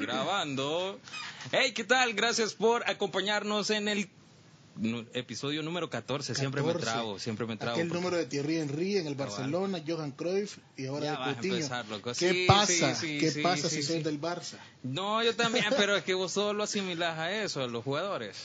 grabando. Hey, ¿qué tal? Gracias por acompañarnos en el nu- episodio número 14. Siempre me 14. trago, siempre me trago. Aquel porque- número de Thierry Henry en el Cabal. Barcelona, Johan Cruyff y ahora Ya de vas a Coutinho. empezar, loco. ¿Qué Sí, pasa? sí, sí, ¿Qué sí, pasa sí, si sí. soy del Barça? No, yo también, pero es que vos solo asimilás a eso, a los jugadores.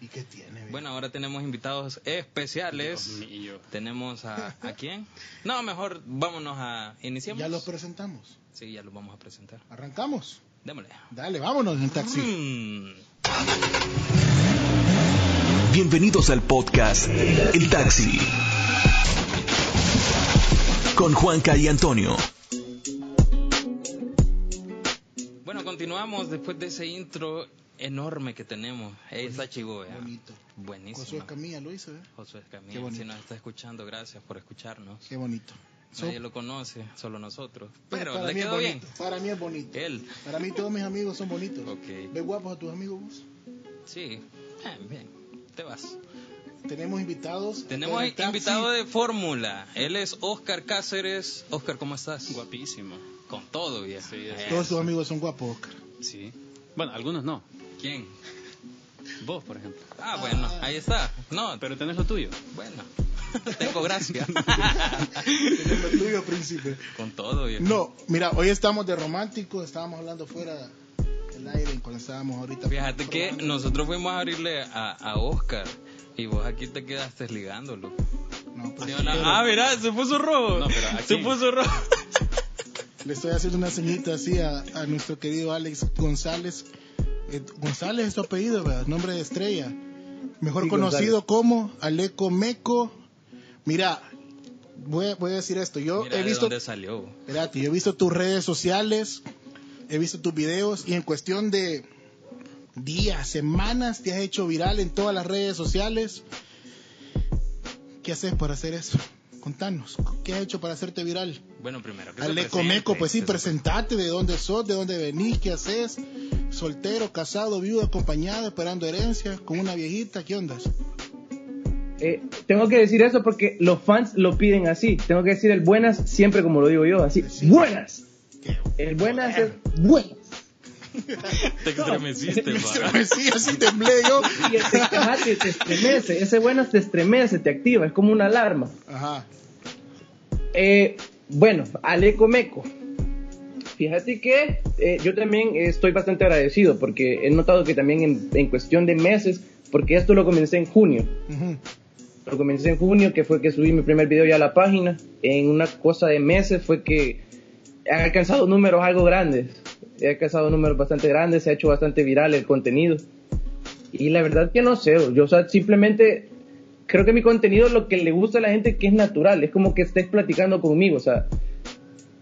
¿Y qué tiene? Bueno, ahora tenemos invitados especiales. Dios mío. Tenemos a, ¿a quién? No, mejor vámonos a iniciamos. ya los presentamos. Sí, ya los vamos a presentar. Arrancamos. Démosle. Dale, vámonos en el taxi. Mm. Bienvenidos al podcast El Taxi con Juanca y Antonio. Bueno, continuamos después de ese intro enorme que tenemos. Hey, está chivo, vea. Bonito. Con su Buenísimo. escamilla lo hizo, ¿eh? Josué Qué Camilo, bonito. si nos está escuchando, gracias por escucharnos. Qué bonito. So- Nadie lo conoce, solo nosotros. Pero, para le mí es quedó bien. bonito. Para mí es bonito. Él, Para mí todos mis amigos son bonitos. Ok. ¿Ves guapos a tus amigos vos? sí. Bien, bien. Te vas. Tenemos invitados. Tenemos Del taxi. invitado de fórmula. Él es Oscar Cáceres. Oscar, ¿cómo estás? Guapísimo. Con todo, viejo. Sí, es- Eh, Todos tus amigos son guapos, Oscar. Sí. Bueno, algunos no. ¿Quién? Vos, por ejemplo. Ah, bueno, ahí está. Ah. No, Pero tenés lo tuyo. bueno. Tengo gracia. Tenemos el tuyo, príncipe. Con todo, viejo. No, mira, hoy estamos de románticos, estábamos hablando fuera del aire cuando estábamos ahorita. Fíjate que probando. nosotros fuimos a abrirle a, a Oscar y vos aquí te quedaste ligándolo. No, pues, pero Ah, mira, se puso rojo. No, pero aquí- Se puso rojo. Le estoy haciendo una ceñita así a, a nuestro querido Alex González. Eh, González es su apellido, ¿verdad? Nombre de estrella. Mejor Sí, conocido como Aleco Meco. Mira, voy a, voy a decir esto. Yo Mira he de visto. dónde salió. Espérate, yo he visto tus redes sociales, he visto tus videos y en cuestión de días, semanas te has hecho viral en todas las redes sociales. ¿Qué haces para hacer eso? Contanos, ¿qué has hecho para hacerte viral? Bueno, primero que se Aleco presente, Meco, pues sí, que se presentate de dónde sos, de dónde venís, qué haces, soltero, casado, viudo, acompañado, esperando herencia, con una viejita, ¿qué ondas? Eh, tengo que decir eso porque los fans lo piden así. Tengo que decir el buenas siempre como lo digo yo, así. Sí. Buenas. ¿Qué? El buenas es buenas. Te estremeciste, va. Sí, así temblé yo. Y el te, ajá, te- te estremece. Ese buenas te estremece, te activa. Es como una alarma. Ajá, Eh, bueno, Aleco Meco. Fíjate que eh, yo también eh, estoy bastante agradecido porque he notado que también en, en cuestión de meses, porque esto lo comencé en junio. ujú, Lo comencé en junio, que fue que subí mi primer video ya a la página. En una cosa de meses fue que he alcanzado números algo grandes. He alcanzado números bastante grandes, se ha hecho bastante viral el contenido. Y la verdad que no sé, yo o sea, simplemente creo que mi contenido es lo que le gusta a la gente que es natural, es como que estés platicando conmigo, o sea,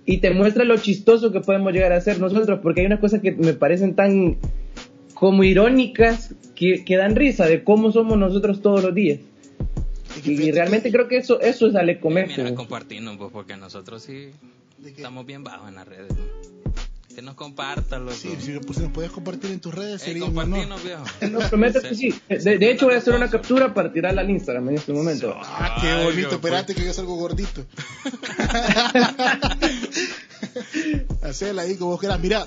y te muestra lo chistoso que podemos llegar a ser nosotros, porque hay unas cosas que me parecen tan como irónicas que, que dan risa de cómo somos nosotros todos los días. Y que- Y realmente creo que eso, eso es Ale Eh, Comer. Mira, compartirnos, pues, porque nosotros sí ¿de qué? estamos bien bajos en las redes. ¿no? Que nos compartan, loco. Sí, si lo- pues, si nos puedes compartir en tus redes, Ey, sería un honor. compartirnos, viejo. No, prometo que sí. De, de hecho, voy a hacer una captura para tirarla al Instagram en este momento. Ah, qué Ay, bonito, Dios, espérate que yo salgo gordito. Hacela ahí como vos quieras. Mira,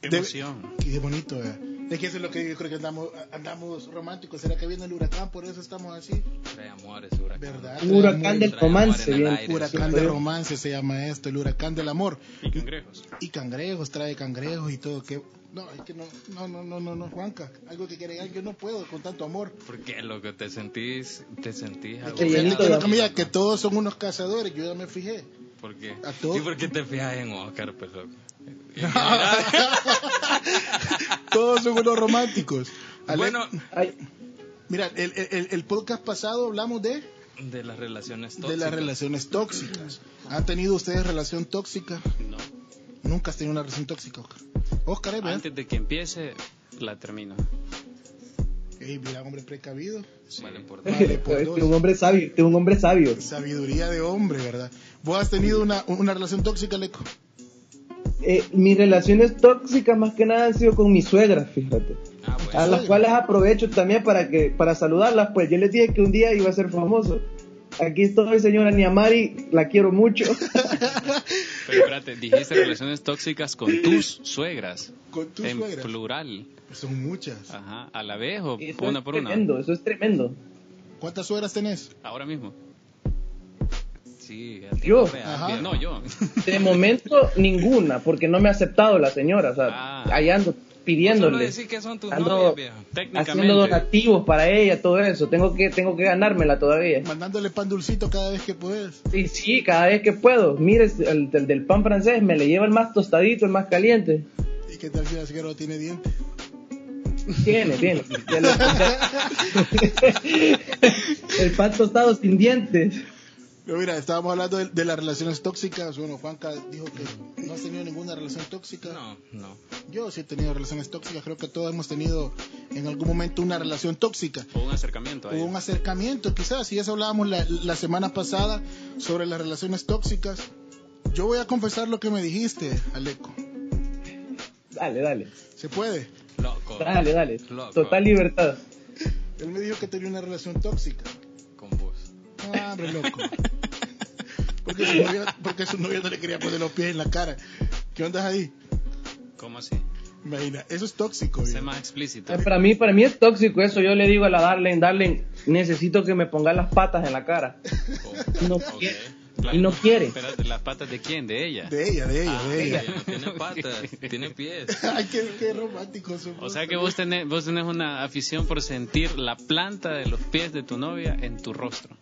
Qué de- emoción. qué bonito, ¿verdad? Es que eso es lo que yo creo que andamos, andamos románticos. ¿Será que viene el huracán? Por eso estamos así. Trae amores, huracán. ¿Verdad? Huracán del Trae romance, amor en el bien. aire, Huracán de romance se llama esto, el huracán del amor. Y cangrejos. Y cangrejos, trae cangrejos y todo. Que... No, es que no, no, no, no, no, no, Juanca. Algo que quiere yo no puedo con tanto amor. ¿Por qué, loco? ¿Te sentís, te sentís Que, llenito fíjate de que, amor. mira, que todos son unos cazadores, yo ya me fijé. ¿Por qué? A todo. ¿Y por qué te fijas en Oscar, pues, loco? Todos son unos románticos. Ale- Bueno, Ay, mira, el, el- el- el podcast pasado hablamos de, de las relaciones tóxicas. de las relaciones tóxicas. ¿Han tenido ustedes relación tóxica? No. Nunca has tenido una relación tóxica, Oscar. Oscar, ¿eh? ¿verdad? Antes de que empiece, la termino. Ey, mira, hombre precavido. Sí. Vale, por dos. Vale, por este, un dos. hombre sabio, este, un hombre sabio. Sabiduría de hombre, ¿verdad? ¿Vos has tenido una, una relación tóxica, Leco? Eh, mis relaciones tóxicas más que nada han sido con mi suegra, fíjate. Ah, bueno. A las cuales aprovecho también para que para saludarlas, pues yo les dije que un día iba a ser famoso. Aquí estoy, señora Niamari, la quiero mucho. Pero espérate, dijiste relaciones tóxicas con tus suegras. Con tus en Ah. suegras. plural. Son muchas. Ajá, a la vez o Eso una es por una. tremendo, eso es tremendo. ¿Cuántas suegras tenés? Ahora mismo. Sí, Yo. Ajá. Ajá. No, yo. De momento, ninguna, porque no me ha aceptado la señora. O sea, Ah. ahí ando Solo pidiéndole. decir que son tus Ando- novias, viejo. Haciendo Técnicamente. donativos para ella, todo eso. Tengo que, tengo que ganármela todavía. Mandándole pan dulcito cada vez que puedes. Sí, sí, cada vez que puedo. Mire, el, del- del pan francés me le lleva el más tostadito, el más caliente. ¿Y qué tal si la cigarro tiene dientes? Tiene, tiene. Ya lo- el pan tostado sin dientes. Pero mira, estábamos hablando de, de las relaciones tóxicas. Bueno, Juanca dijo que no has tenido ninguna relación tóxica. No, no. Yo sí he tenido relaciones tóxicas. Creo que todos hemos tenido en algún momento una relación tóxica. O un acercamiento a Hubo un ella. acercamiento, quizás. Y eso hablábamos la, la semana pasada sobre las relaciones tóxicas. Yo voy a confesar lo que me dijiste, Aleco. Dale, dale. ¿Se puede? Loco. Dale, dale. Loco. Total libertad. Él me dijo que tenía una relación tóxica. Con vos. Ah, hombre, loco. Porque su, novia, porque su novia no le quería poner los pies en la cara. ¿Qué onda ahí? ¿Cómo así? Imagina, eso es tóxico. Sé viejo. más explícito. Eh, Para mí, para mí es tóxico eso. Yo le digo a la Darlene, Darlene, necesito que me ponga las patas en la cara. No Ok. quiere. La- Y no quiere. Espérate, ¿las patas de quién? ¿De ella? De ella, de Ah, ella, de ella. Ella no tiene patas, tiene pies. Ay, qué, qué romántico. son. O sea que vos tenés, vos tenés una afición por sentir la planta de los pies de tu novia en tu rostro.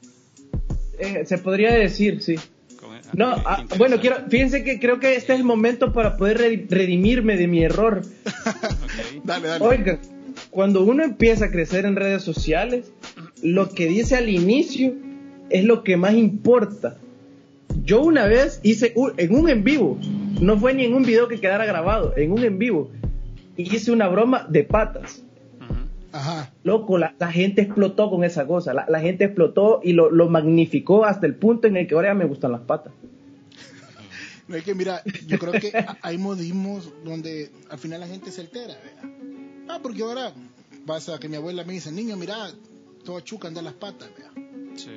Eh, se podría decir, sí. Con- ah, No, qué ah, interesante. bueno, quiero, fíjense que creo que este es el momento para poder re- redimirme de mi error. Ok. Dale, dale. Oigan, cuando uno empieza a crecer en redes sociales, lo que dice al inicio es lo que más importa. Yo una vez hice u- en un en vivo, no fue ni en un video que quedara grabado, en un en vivo, hice una broma de patas. Ujú. Ajá. Loco, la, la gente explotó con esa cosa, la, la gente explotó y lo, lo magnificó hasta el punto en el que ahora ya me gustan las patas. No es que, mira, yo creo que a- hay modismos donde al final la gente se altera. ¿verdad? Ah, porque ahora pasa que mi abuela me dice, niño, mira, toda chuca anda las patas. ¿verdad? Sí.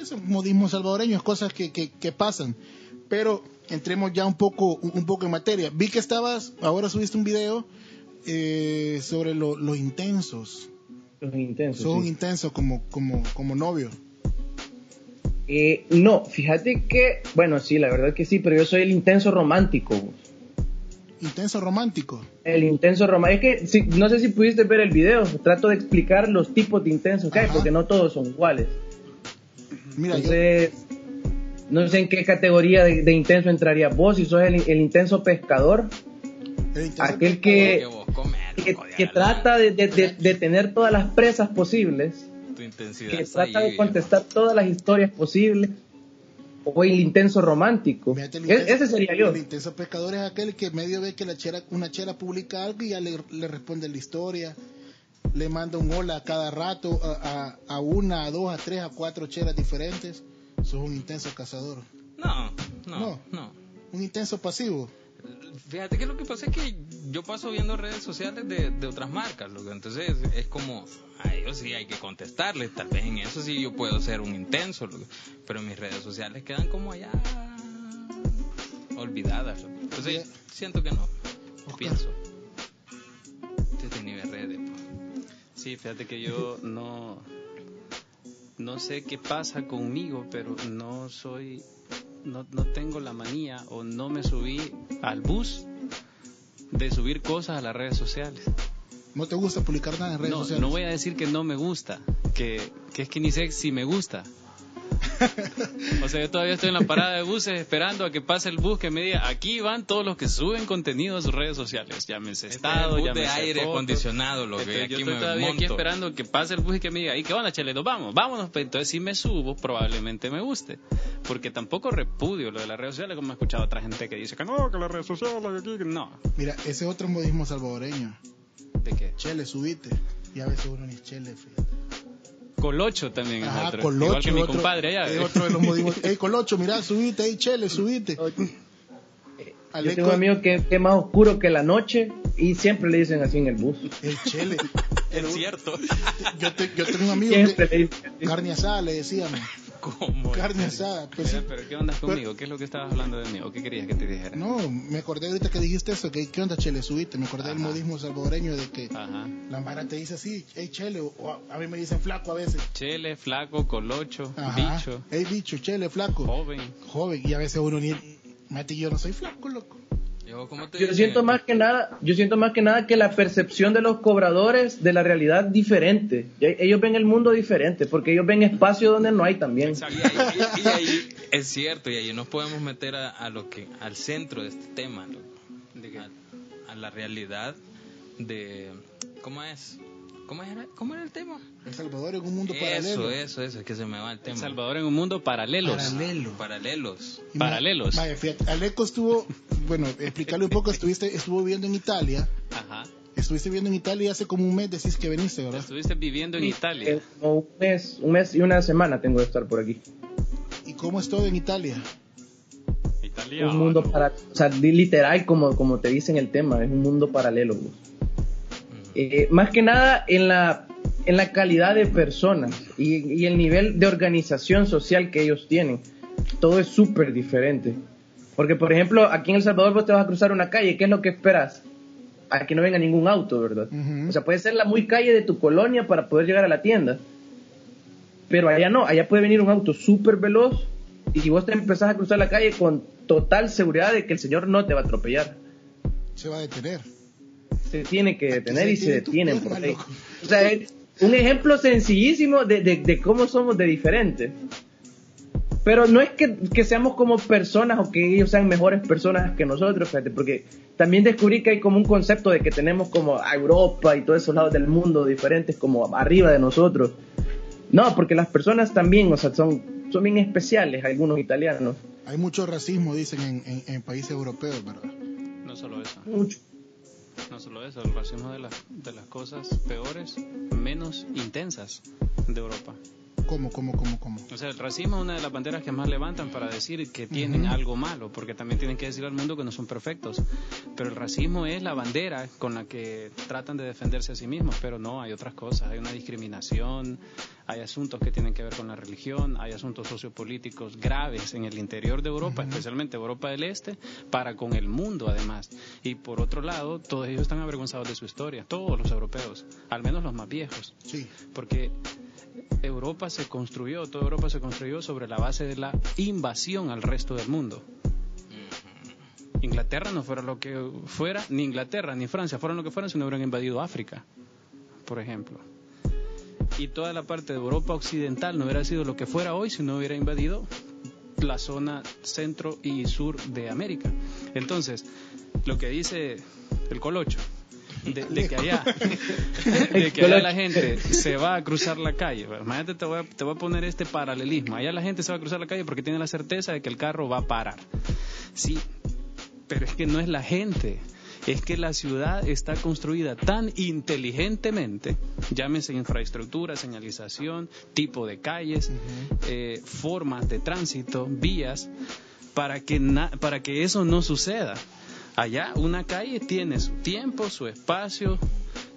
Esos modismos salvadoreños, cosas que, que, que pasan. Pero entremos ya un poco, un un poco en materia. Vi que estabas, ahora subiste un video eh, sobre lo- los intensos. Los intensos. Son sí. intensos como, como, como novio. Eh, no, fíjate que, bueno, sí, la verdad que sí, pero yo soy el intenso romántico. Intenso romántico. El intenso romántico. Es que sí, no sé si pudiste ver el video. Trato de explicar los tipos de intensos que hay, Ajá. porque no todos son iguales. Mira, yo- Entonces, no sé en qué categoría de, de intenso entrarías vos, si sos el, el intenso pescador, el intenso- aquel Que que, vos comes, que, loco, que Oh, ya, trata de, de- de- de tener todas las presas posibles, Tu intensidad. que está trata ahí, de viejo. contestar todas las historias posibles, o el intenso romántico. Fíjate, el E- intenso- ese sería yo. El intenso pescador es aquel que medio ve que la chera, una chera publica algo y ya le, le responde la historia. Le manda un hola a cada rato, a, a- a una, a dos, a tres, a cuatro cheras diferentes. Sos un intenso cazador. No, no, No. no, Un intenso pasivo. Fíjate que lo que pasa es que yo paso viendo redes sociales de, de otras marcas, loco. Entonces es como, a ellos sí hay que contestarles. Tal vez en eso sí yo puedo ser un intenso, loco. Pero mis redes sociales quedan como allá olvidadas, loco. Entonces Bien. siento que no. Oscar. Pienso. Este nivel redes, pues. Sí, fíjate que yo no, no sé qué pasa conmigo, pero no soy, no, no tengo la manía o no me subí al bus de subir cosas a las redes sociales. No te gusta publicar nada en redes no, sociales. no voy a decir que no me gusta, que, que es que ni sé si me gusta. O sea, yo todavía estoy en la parada de buses esperando a que pase el bus que me diga, aquí van todos los que suben contenido a sus redes sociales, llámese Este estado, es el bus de llámese aire fotos. acondicionado, lo que Entonces, yo aquí estoy me todavía aquí monto. esperando que pase el bus y que me diga, ¿y qué onda, chele? Nos vamos, vámonos. pues". Entonces, si me subo, probablemente me guste. Porque tampoco repudio lo de las redes sociales, como he escuchado a otra gente que dice que no, que las redes sociales, que aquí, que no. Mira, ese es otro modismo salvadoreño. ¿De qué? Chele, subite. Y a veces uno ni es chele, fíjate. Colocho también es Ajá, otro. Colocho. Igual que mi otro- compadre allá. Es ¿eh? otro de los modismos. Ey, Colocho, mira, subite. Ey, chele, subite. Yo Aleco, tengo un amigo que que es más oscuro que la noche y siempre le dicen así en el bus. ey, chele. Es cierto. Yo, te- yo tengo un amigo Siempre que le dicen así. carne asada le decíamos. ¿Cómo? Carne asada. pues sí. Mira, pero ¿qué onda conmigo? ¿Qué es lo que estabas hablando de mí? ¿O qué querías que te dijera? No, me acordé ahorita que dijiste eso, que qué onda, Chele, subiste. Me acordé del Ajá. modismo salvadoreño de que Ajá. la mara te dice así, hey, Chele, o o a, a mí me dicen flaco a veces. Chele, flaco, colocho, Ajá. bicho, Oh. Hey, bicho, Chele, flaco. joven. Joven. Y a veces uno ni... Mati, yo no soy flaco, loco. Yo, ¿cómo Ah, te Yo dije? siento más que nada, yo siento más que nada que la percepción de los cobradores de la realidad diferente. E- Ellos ven el mundo diferente, porque ellos ven espacio donde no hay también. Y ahí, y ahí- es cierto, y ahí nos podemos meter a, a lo que, al centro de este tema, loco. ¿De qué? a, a la realidad de... ¿Cómo es? ¿Cómo era, cómo era el tema? El Salvador es un mundo Eso, paralelo. eso, eso, es que se me va el tema. El Salvador en un mundo paralelo. Paralelo. Paralelos. Y ma- Paralelos. Vaya, fíjate, Aleco estuvo, bueno, explicarle un poco, estuviste, estuvo viviendo en Italia, Ajá. estuviste viviendo en Italia y hace como un mes decís que veniste, ¿verdad? Estuviste viviendo en Italia. Eh, como un mes, un mes y una semana tengo de estar por aquí. ¿Y cómo es todo en Italia? Italia. un mundo para, o sea, di- literal como como te dicen el tema, es un mundo paralelo. vos. Eh, más que nada en la en la calidad de personas y, y el nivel de organización social que ellos tienen. Todo es súper diferente. Porque, por ejemplo, aquí en El Salvador vos te vas a cruzar una calle, ¿qué es lo que esperas? A que no venga ningún auto, ¿verdad? Ujú. O sea, puede ser la muy calle de tu colonia para poder llegar a la tienda. Pero allá no, allá puede venir un auto súper veloz y vos te empezás a cruzar la calle con total seguridad de que el señor no te va a atropellar. Se va a detener. Se tiene que detener se y se tiene tu detienen culpa, por ahí. loco. O sea, es un ejemplo sencillísimo de, de- de cómo somos de diferentes. Pero no es que, que seamos como personas o que ellos sean mejores personas que nosotros, fíjate, porque también descubrí que hay como un concepto de que tenemos como a Europa y todos esos lados del mundo diferentes como arriba de nosotros. No, porque las personas también, o sea, son, son bien especiales, algunos italianos. Hay mucho racismo, dicen, en, en- en países europeos, ¿verdad? No solo eso. Mucho. No solo eso. El racismo de, las- de las cosas peores, menos intensas de Europa. ¿Cómo, cómo, cómo, cómo? O sea, el racismo es una de las banderas que más levantan para decir que tienen algo malo, porque también tienen que decir al mundo que no son perfectos. Pero el racismo es la bandera con la que tratan de defenderse a sí mismos, pero no, hay otras cosas, hay una discriminación, hay asuntos que tienen que ver con la religión, hay asuntos sociopolíticos graves en el interior de Europa, especialmente Europa del Este, para con el mundo además. Y por otro lado, todos ellos están avergonzados de su historia, todos los europeos, al menos los más viejos Sí. porque Europa se construyó, toda Europa se construyó sobre la base de la invasión al resto del mundo. Inglaterra no fuera lo que fuera, ni Inglaterra ni Francia fueran lo que fueran si no hubieran invadido África, por ejemplo. Y toda la parte de Europa occidental no hubiera sido lo que fuera hoy si no hubiera invadido la zona centro y sur de América. Entonces, lo que dice el colocho, de, de que allá, de que allá la gente se va a cruzar la calle. Imagínate, te voy, a, te voy a poner este paralelismo. Allá la gente se va a cruzar la calle porque tiene la certeza de que el carro va a parar. Sí, pero es que no es la gente. Es que la ciudad está construida tan inteligentemente, llámese infraestructura, señalización, tipo de calles, eh, formas de tránsito, vías, para que, na- para que eso no suceda. Allá una calle tiene su tiempo, su espacio,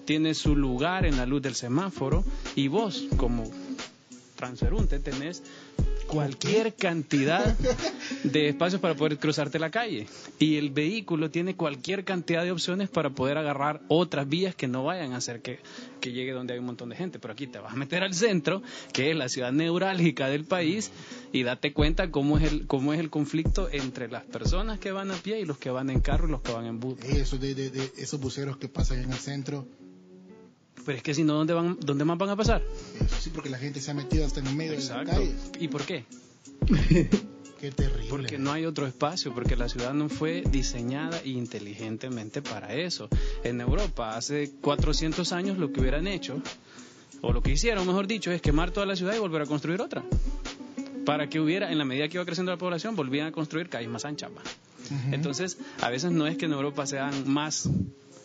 tiene su lugar en la luz del semáforo y vos como transeúnte tenés cualquier cantidad de espacios para poder cruzarte la calle y el vehículo tiene cualquier cantidad de opciones para poder agarrar otras vías que no vayan a hacer que, que llegue donde hay un montón de gente pero aquí te vas a meter al centro que es la ciudad neurálgica del país y date cuenta cómo es el cómo es el conflicto entre las personas que van a pie y los que van en carro y los que van en bus Eh, Eso de, de- de esos buceros que pasan en el centro. pero es que si no dónde van dónde más van a pasar Eso eh, sí, porque la gente se ha metido hasta en el medio de la exacto calle. y por qué Qué terrible. Porque no hay otro espacio, porque la ciudad no fue diseñada inteligentemente para eso. En Europa, hace 400 años, lo que hubieran hecho, o lo que hicieron, mejor dicho, es quemar toda la ciudad y volver a construir otra. Para que hubiera, en la medida que iba creciendo la población, volvían a construir calles más anchas. va. Entonces, a veces no es que en Europa sean más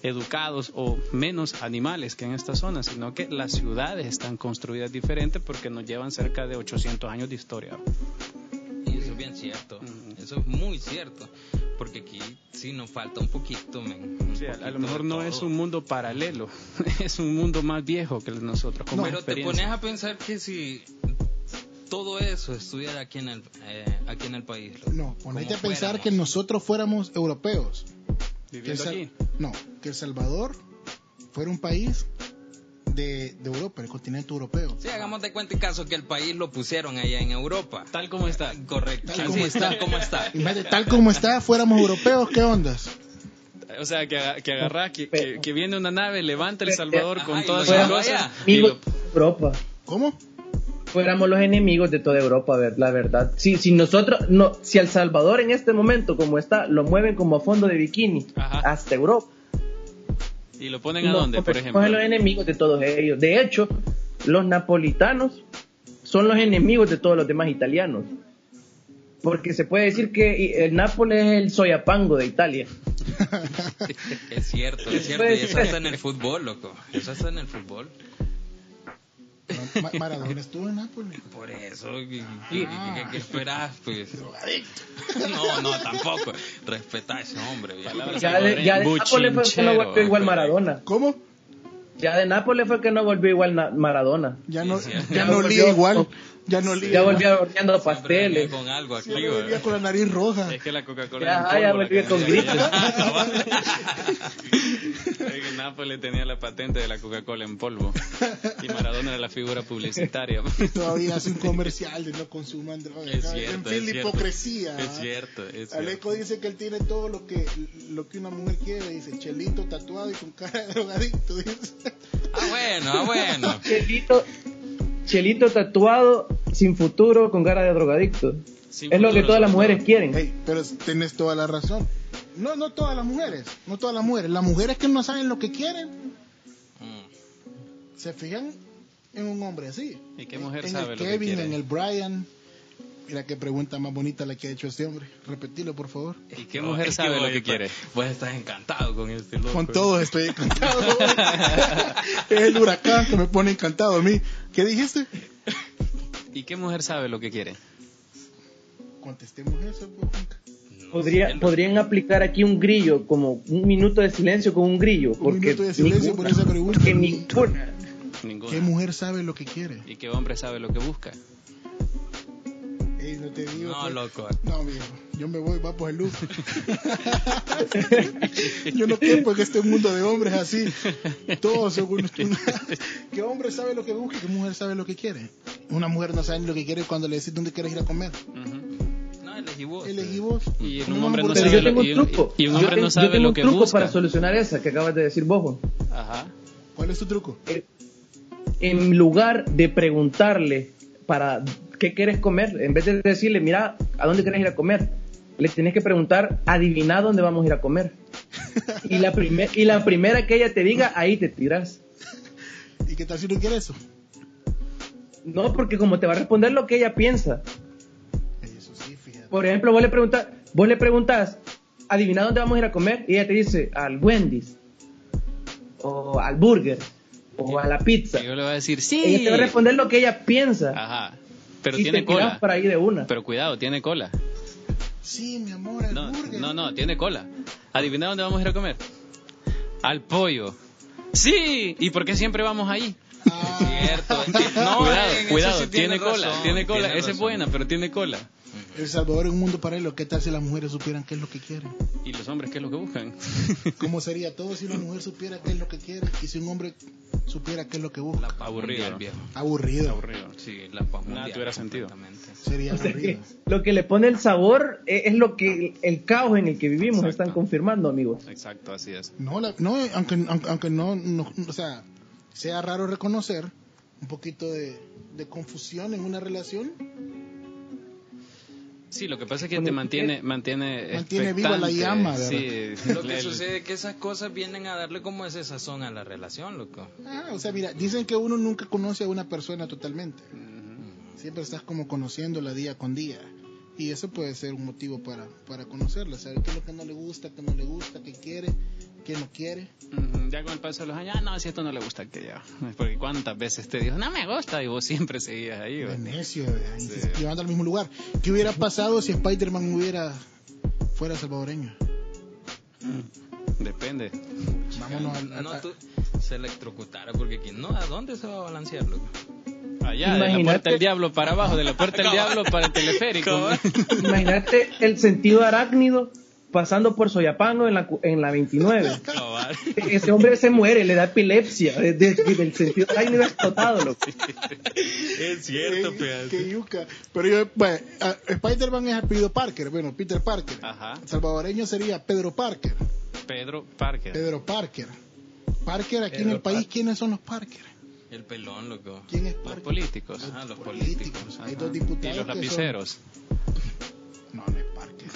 educados o menos animales que en esta zona, sino que las ciudades están construidas diferentes porque nos llevan cerca de 800 años de historia. Y eso es bien cierto. Mm. Eso es muy cierto. Porque aquí sí nos falta un poquito, men. Un Sí, a- a poquito lo mejor de no todo. es un mundo paralelo, es un mundo más viejo que el de nosotros como Pero te experiencia. pones a pensar que si todo eso estuviera aquí en el, eh, aquí en el país. loco. No, ponete Como a pensar fuéramos. que nosotros fuéramos europeos. Que El Viviendo Sal- aquí. No, que El Salvador fuera un país de, de Europa, el continente europeo. Sí, hagamos de cuenta y caso que el país lo pusieron allá en Europa. Tal como está. Correcto. Tal Así como es, está. tal como está. Imagínate, tal como está, fuéramos europeos, ¿qué ondas? O sea, que, aga- que agarrás, que, que- que viene una nave, levanta El Salvador Ajá, con y lo todas sus lleva cosas. allá. Y Amigos lo- de Europa. ¿Cómo? Fuéramos los enemigos de toda Europa, ver- la verdad. Si, si nosotros, no, si El Salvador en este momento, como está, lo mueven como a fondo de bikini Ajá. hasta Europa. ¿Y lo ponen a No, pues, dónde, por porque ejemplo? son los enemigos de todos ellos. De hecho, los napolitanos son los enemigos de todos los demás italianos. Porque se puede decir que i- el Nápoles es el soyapango de Italia. Es cierto, es cierto. Y eso está en el fútbol, loco. Eso está en el fútbol. Ma- Maradona estuvo en Nápoles. Por eso, ¿qué, qué- qué- qué esperás? Pues? No, no, tampoco. Respetá a ese hombre. bien. Ya de, ya de Nápoles fue que no volvió igual Maradona. ¿Cómo? Ya de Nápoles fue que no volvió igual Na- Maradona. Ya no, Sí, sí. ya Ya no olía volvió. igual. Ya no olía. Oh, Ya igual. volvió horneando Siempre venía pasteles. con algo aquí, Ya no ¿verdad? olía con la nariz roja. Es que la Coca-Cola. Ya, era un ah, ya polvo, la volvió que con tenía gritos. allá. Es que Nápoles tenía la patente de la Coca-Cola en polvo. Y Maradona era la figura publicitaria. Todavía hace un comercial de no consuman drogas. Es ¿no? en cierto, fin, es la cierto. hipocresía. ¿ah? Es cierto, es cierto. Aleco dice que él tiene todo lo que, lo que una mujer quiere. Dice, chelito tatuado y con cara de drogadicto. Dice. Ah, bueno, ah, bueno. Chelito, Chelito tatuado, sin futuro, con cara de drogadicto. Sin es lo que futuro, todas las sobre mujeres quieren. Ey, pero tenés toda la razón. No, no todas las mujeres. No todas las mujeres. Las mujeres que no saben lo que quieren Mm. se fijan en un hombre así. ¿Y qué mujer en sabe el lo que Kevin, quiere? en el Brian. Mira qué pregunta más bonita la que ha hecho este hombre. Repetilo, por favor. ¿Y qué mujer sabe lo que quiere? Vos estás encantado con este loco. Con todos estoy encantado. es el huracán que me pone encantado a mí. ¿Qué dijiste? ¿Y qué mujer sabe lo que quiere? Contestemos eso. pues. No Podría- sé, loco. podrían aplicar aquí un grillo, como un minuto de silencio con un grillo. Porque minuto de silencio por esa pregunta. porque ninguna. ¿Qué Ninguna. mujer sabe lo que quiere? ¿Y qué hombre sabe lo que busca? Ey, no te digo. No, que- loco. No, viejo. Yo me voy, va por el luz. yo no quiero en este mundo de hombres así. Todos según tú. ¿Qué hombre sabe lo que busca? ¿Qué mujer sabe lo que quiere? Una mujer no sabe lo que quiere cuando le decís dónde quieres ir a comer. Ujú. No, elegí vos. Elegí vos. Pues, eh, Y un Comamos hombre no Pero hamburguesa. sabe yo lo- tengo y un un- truco. y un Yo hombre tengo- no yo sabe tengo lo un que truco busca. para solucionar esa que acabas de decir, Bojo. Ajá. ¿Cuál es tu truco? Eh, En lugar de preguntarle para qué quieres comer, en vez de decirle, mira, ¿a dónde quieres ir a comer? Le tienes que preguntar, adivina dónde vamos a ir a comer. Y la, primer- y la primera que ella te diga, ahí te tiras. ¿Y qué tal si no quiere eso? No, porque como te va a responder lo que ella piensa. Ey, Eso sí, fíjate. Por ejemplo, vos le preguntas, vos le preguntas, adivina dónde vamos a ir a comer, y ella te dice, al Wendy's, o al burger, o a la pizza. Y yo le voy a decir sí. este Ah, Ella te va a pues, responder lo que ella piensa. Ajá. Pero y tiene te tirás cola. para ahí de una. Pero cuidado, tiene cola. Sí, mi amor, el No, burger. no, no, tiene cola. Adivina dónde vamos a ir a comer. Al pollo. Sí. ¿Y por qué siempre vamos ahí? Ah, Cierto. No, cuidado, en eso cuidado. sí tiene, razón, cola, tiene cola. Esa es razón. buena, pero tiene cola. el Salvador es un mundo paralelo. ¿Qué tal si las mujeres supieran qué es lo que quieren? ¿Y los hombres qué es lo que buscan? ¿Cómo sería todo si una mujer supiera qué es lo que quiere y si un hombre supiera qué es lo que La busca? paz Aburrido. mundial, viejo. Aburrido. Aburrido. Sí, la paz mundial. tuviera sentido. completamente. Sería O sea que aburrido. lo que le pone el sabor e- es, lo que el caos en el que vivimos Exacto. están confirmando, amigos. Exacto, así es. No, la- no eh, aunque, aunque, aunque no, no- o sea, sea raro reconocer un poquito de, de confusión en una relación, Sí, lo que pasa es que Bueno, te mantiene, mantiene, Mantiene viva la expectante. llama, ¿verdad? Sí, Lo que el- sucede es que esas cosas vienen a darle como ese sazón a la relación, loco. Ah, o sea, mira, dicen que uno nunca conoce a una persona totalmente. Siempre estás como conociéndola día con día. Y eso puede ser un motivo para, para conocerla, saber qué es lo que no le gusta, qué no le gusta, qué quiere, qué no quiere. Ujú, Ya con el paso de los años, ah, no, si esto no le gusta que ya. Porque cuántas veces te dijo, no me gusta, y vos siempre seguías ahí. De ¿verdad? necio, ¿verdad? Y se- llevando al mismo lugar. ¿Qué hubiera pasado si Spider-Man hubiera fuera salvadoreño? Depende. Vámonos al, al- Ah, No, al- tú se electrocutara porque aquí no, ¿a dónde se va a balancear, loco? Allá, de la puerta Imagínate. del diablo para abajo, de la puerta del diablo para el teleférico. Cabal. Imagínate el sentido arácnido pasando por Soyapango en la, cu- en la 29. Cabal. Ese hombre se muere, le da epilepsia. Desde el sentido arácnido explotado, loco. Es cierto, Qué- pues. qué yuca. Pero yo, bueno, ah, Spider-Man es apellido Parker, bueno, Peter Parker. Ajá. Salvadoreño sería Pedro Parker. Pedro Parker. Pedro Parker. Parker, aquí en Pedro el país, Parker. ¿quiénes son los Parker? El pelón, loco. ¿Quién es Los Parker? políticos. Ah, los políticos. políticos. Hay Ajá. dos diputados. Y los que son- lapiceros. No, no es Parker.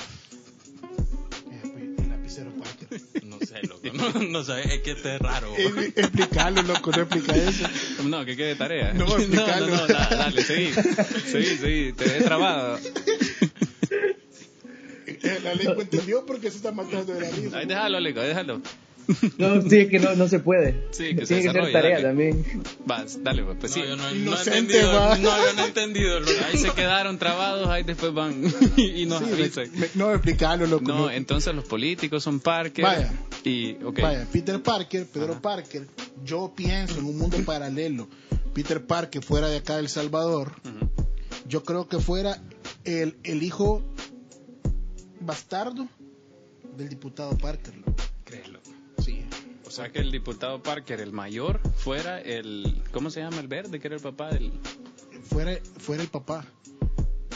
Es ape- el lapicero Parker. No sé, loco. No, no sé, es que este es raro. Eh, Explicarlo, loco, no explica eso. No, que quede tarea. No, explícalo. no, no, da- dale, seguí. Seguí, seguí, te he trabado. Eh, La lengua entendió porque se está matando de la risa. Ay, déjalo, Leco, déjalo. No, sí, es que no, no se puede. Sí, que se Tiene que ser desarrolle, tarea dale. también. Vas, dale, pues, pues no, sí. yo no, no he Inocente, entendido. va. No, yo no he entendido, loco. Ahí se quedaron trabados, ahí después van y nos Sí, pues, avisan. me- me- no, explicarlo, loco. No, no. entonces los políticos son Parker. Vaya. Y, ok. Vaya, Peter Parker, Pedro Parker, yo pienso en un mundo paralelo. Peter Parker fuera de acá de El Salvador, Ujú. yo creo que fuera el, el hijo bastardo del diputado Parker. loco. ¿Crees, loco? Sí. O sea que el diputado Parker, el mayor, fuera el. ¿Cómo se llama el verde? Que era el papá del. Fuera, fuera el papá.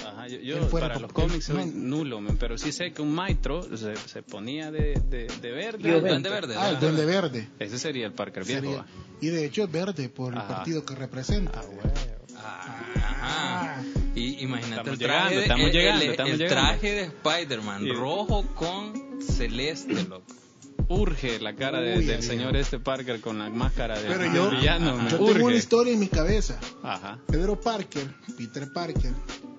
Ajá, yo, yo Él fuera para el los papá. cómics soy No. nulo, men, pero sí sé que un maestro se, se ponía de, de, de verde. Ah, el ven. duende verde. ah, el ¿verdad? duende verde. Ese sería el Parker viejo. Sería- va. Y de hecho es verde por el Ajá. partido que representa. Ah, ajá. Y imagínate Estamos el traje, llegando, estamos el- el- llegando, el estamos traje de Spider-Man, Sí. rojo con celeste, loco. Urge la cara de- Uy, del amigo. señor este Parker con la máscara de Pero del yo- villano. men, Yo urge. tengo una historia en mi cabeza. Ajá. Pedro Parker, Peter Parker,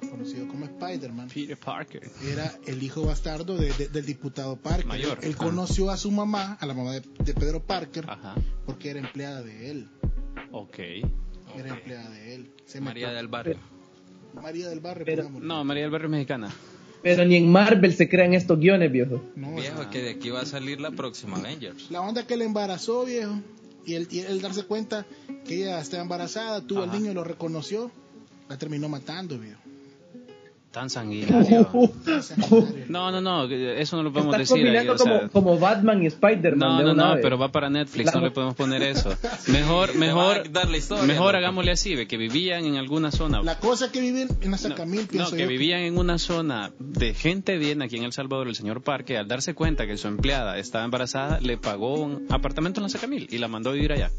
conocido como Spider-Man, Peter Parker. era el hijo bastardo de- de- del diputado Parker. Mayor. Él Ah. conoció a su mamá, a la mamá de, de Pedro Parker, Ajá. porque era empleada de él. Ok. Era empleada de él. Se María metió- del Barrio. María del Barrio. Pero- pongámosle. No, María del Barrio es Mexicana. Pero ni en Marvel se crean estos guiones, viejo. No, Viejo, que de aquí va a salir la próxima Avengers. La onda que le embarazó, viejo. Y él, y él darse cuenta que ella estaba embarazada, tuvo al Ajá. niño, lo reconoció. La terminó matando, viejo. Tan sanguinario. Sanguinario. No, no, no, eso no lo podemos Estás decir. ahí, combinando o sea, como, como Batman y Spider-Man. no, de no, una no, vez. pero va para Netflix, no La- le podemos poner eso. Mejor, mejor, Te va a dar la historia, mejor loco. hagámosle así, ve, que vivían en alguna zona. La cosa que viven en Azacamil, No, pienso que yo. vivían en una zona de gente bien aquí en El Salvador, el señor Parque, al darse cuenta que su empleada estaba embarazada, le pagó un apartamento en la Sacamil y la mandó a vivir allá.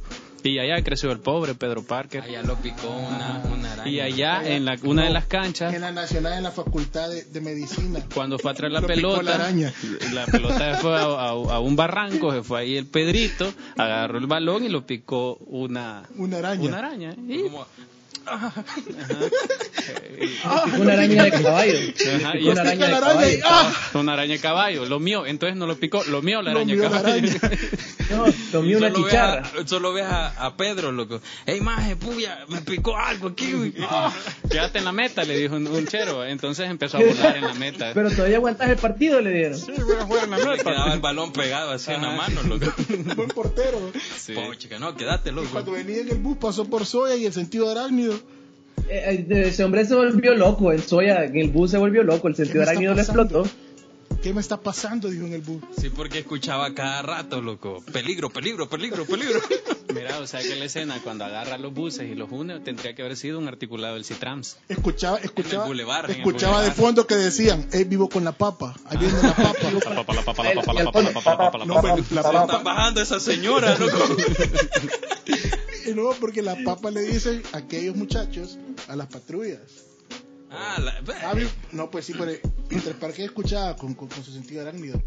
Y allá creció el pobre Pedro Parker. Allá lo picó una, una araña. y allá en la, una de las canchas, En la Nacional, en la Facultad de, de Medicina. cuando fue a traer la Lo picó pelota, la araña. la pelota se fue a, a- a un barranco, se fue ahí el Pedrito, agarró el balón y lo picó una, Una araña. una araña. ¿eh? Y- Como- Una araña de caballo. Ajá, y Una este- araña de la caballo. araña y- ¡ah! una araña de caballo, lo mío, entonces no lo picó, lo mío la Lo araña de mío, la caballo. araña. No, tomé una solo ves chicharra. a- solo ves a, a Pedro, loco. Ey, maje, puya, me picó algo aquí. güey. Ah. Quédate en la meta, le dijo un, un chero. Entonces empezó a volar en la meta. Pero todavía aguantas el partido, le dieron. Le quedaba el balón pegado así en la Ajá. mano, loco. Buen portero. Sí. Pobre chica, no, quédate, Y loco. cuando venía en el bus pasó por Soya y el sentido arácnido. Eh, eh, ese hombre se volvió loco. El soya en el bus se volvió loco. El ¿Qué me sentido está arácnido le pasando? explotó. ¿Qué me está pasando? Dijo en el bus. Sí, porque escuchaba cada rato, loco. Peligro, peligro, peligro, peligro. Mira, o sea que la escena cuando agarra los buses y los une tendría que haber sido un articulado del Citrams. Escuchaba, escuchaba, En el bulevar, en el escuchaba de bulevar. fondo que decían, él vivo con la papa, ahí viene la papa. Papa, la papa, la papa, la papa, la papa, la No, pero la Se está papa, bajando esa señora, loco. y no, porque la papa le dice a aquellos muchachos, a las patrullas. Ah, la, Ah, vi- No, pues sí, pero entre para qué escuchaba con, con, con su sentido arácnido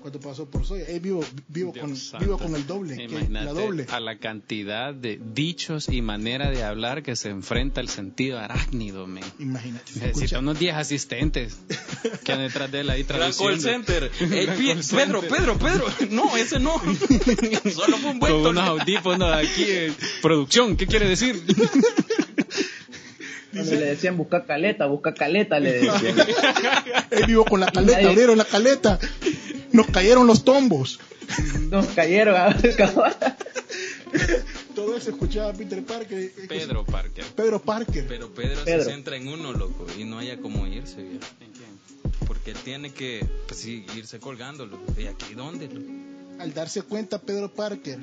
cuando pasó por Soya, él vivo, vivo, Dios con, santo. vivo con el doble, que- la Imagínate doble. a la cantidad de dichos y manera de hablar que se enfrenta el sentido arácnido, men. Imagínate, se Necesita escucha. unos 10 asistentes que han detrás de él ahí Gran call traduciendo. center. Ey, Pi- Pedro, Pedro, Pedro. No, ese no. Solo fue un buen Con tono. unos audífonos aquí. eh, Producción, ¿qué quiere decir? Cuando le decían busca caleta, busca caleta, le decían. Él vivo con la caleta, Nadie- abrieron la caleta, nos cayeron los tombos. Nos cayeron. ah, cabal. Todo vez escuchaba a Peter Parker. escuchaba- Pedro Parker. Pedro Parker. Pero Pedro, Pedro. se centra en uno, loco, y no haya como irse, viejo. Entiendo. Porque él tiene que, pues sí, irse colgando, loco. ¿Y aquí dónde, loco? Al darse cuenta, Pedro Parker,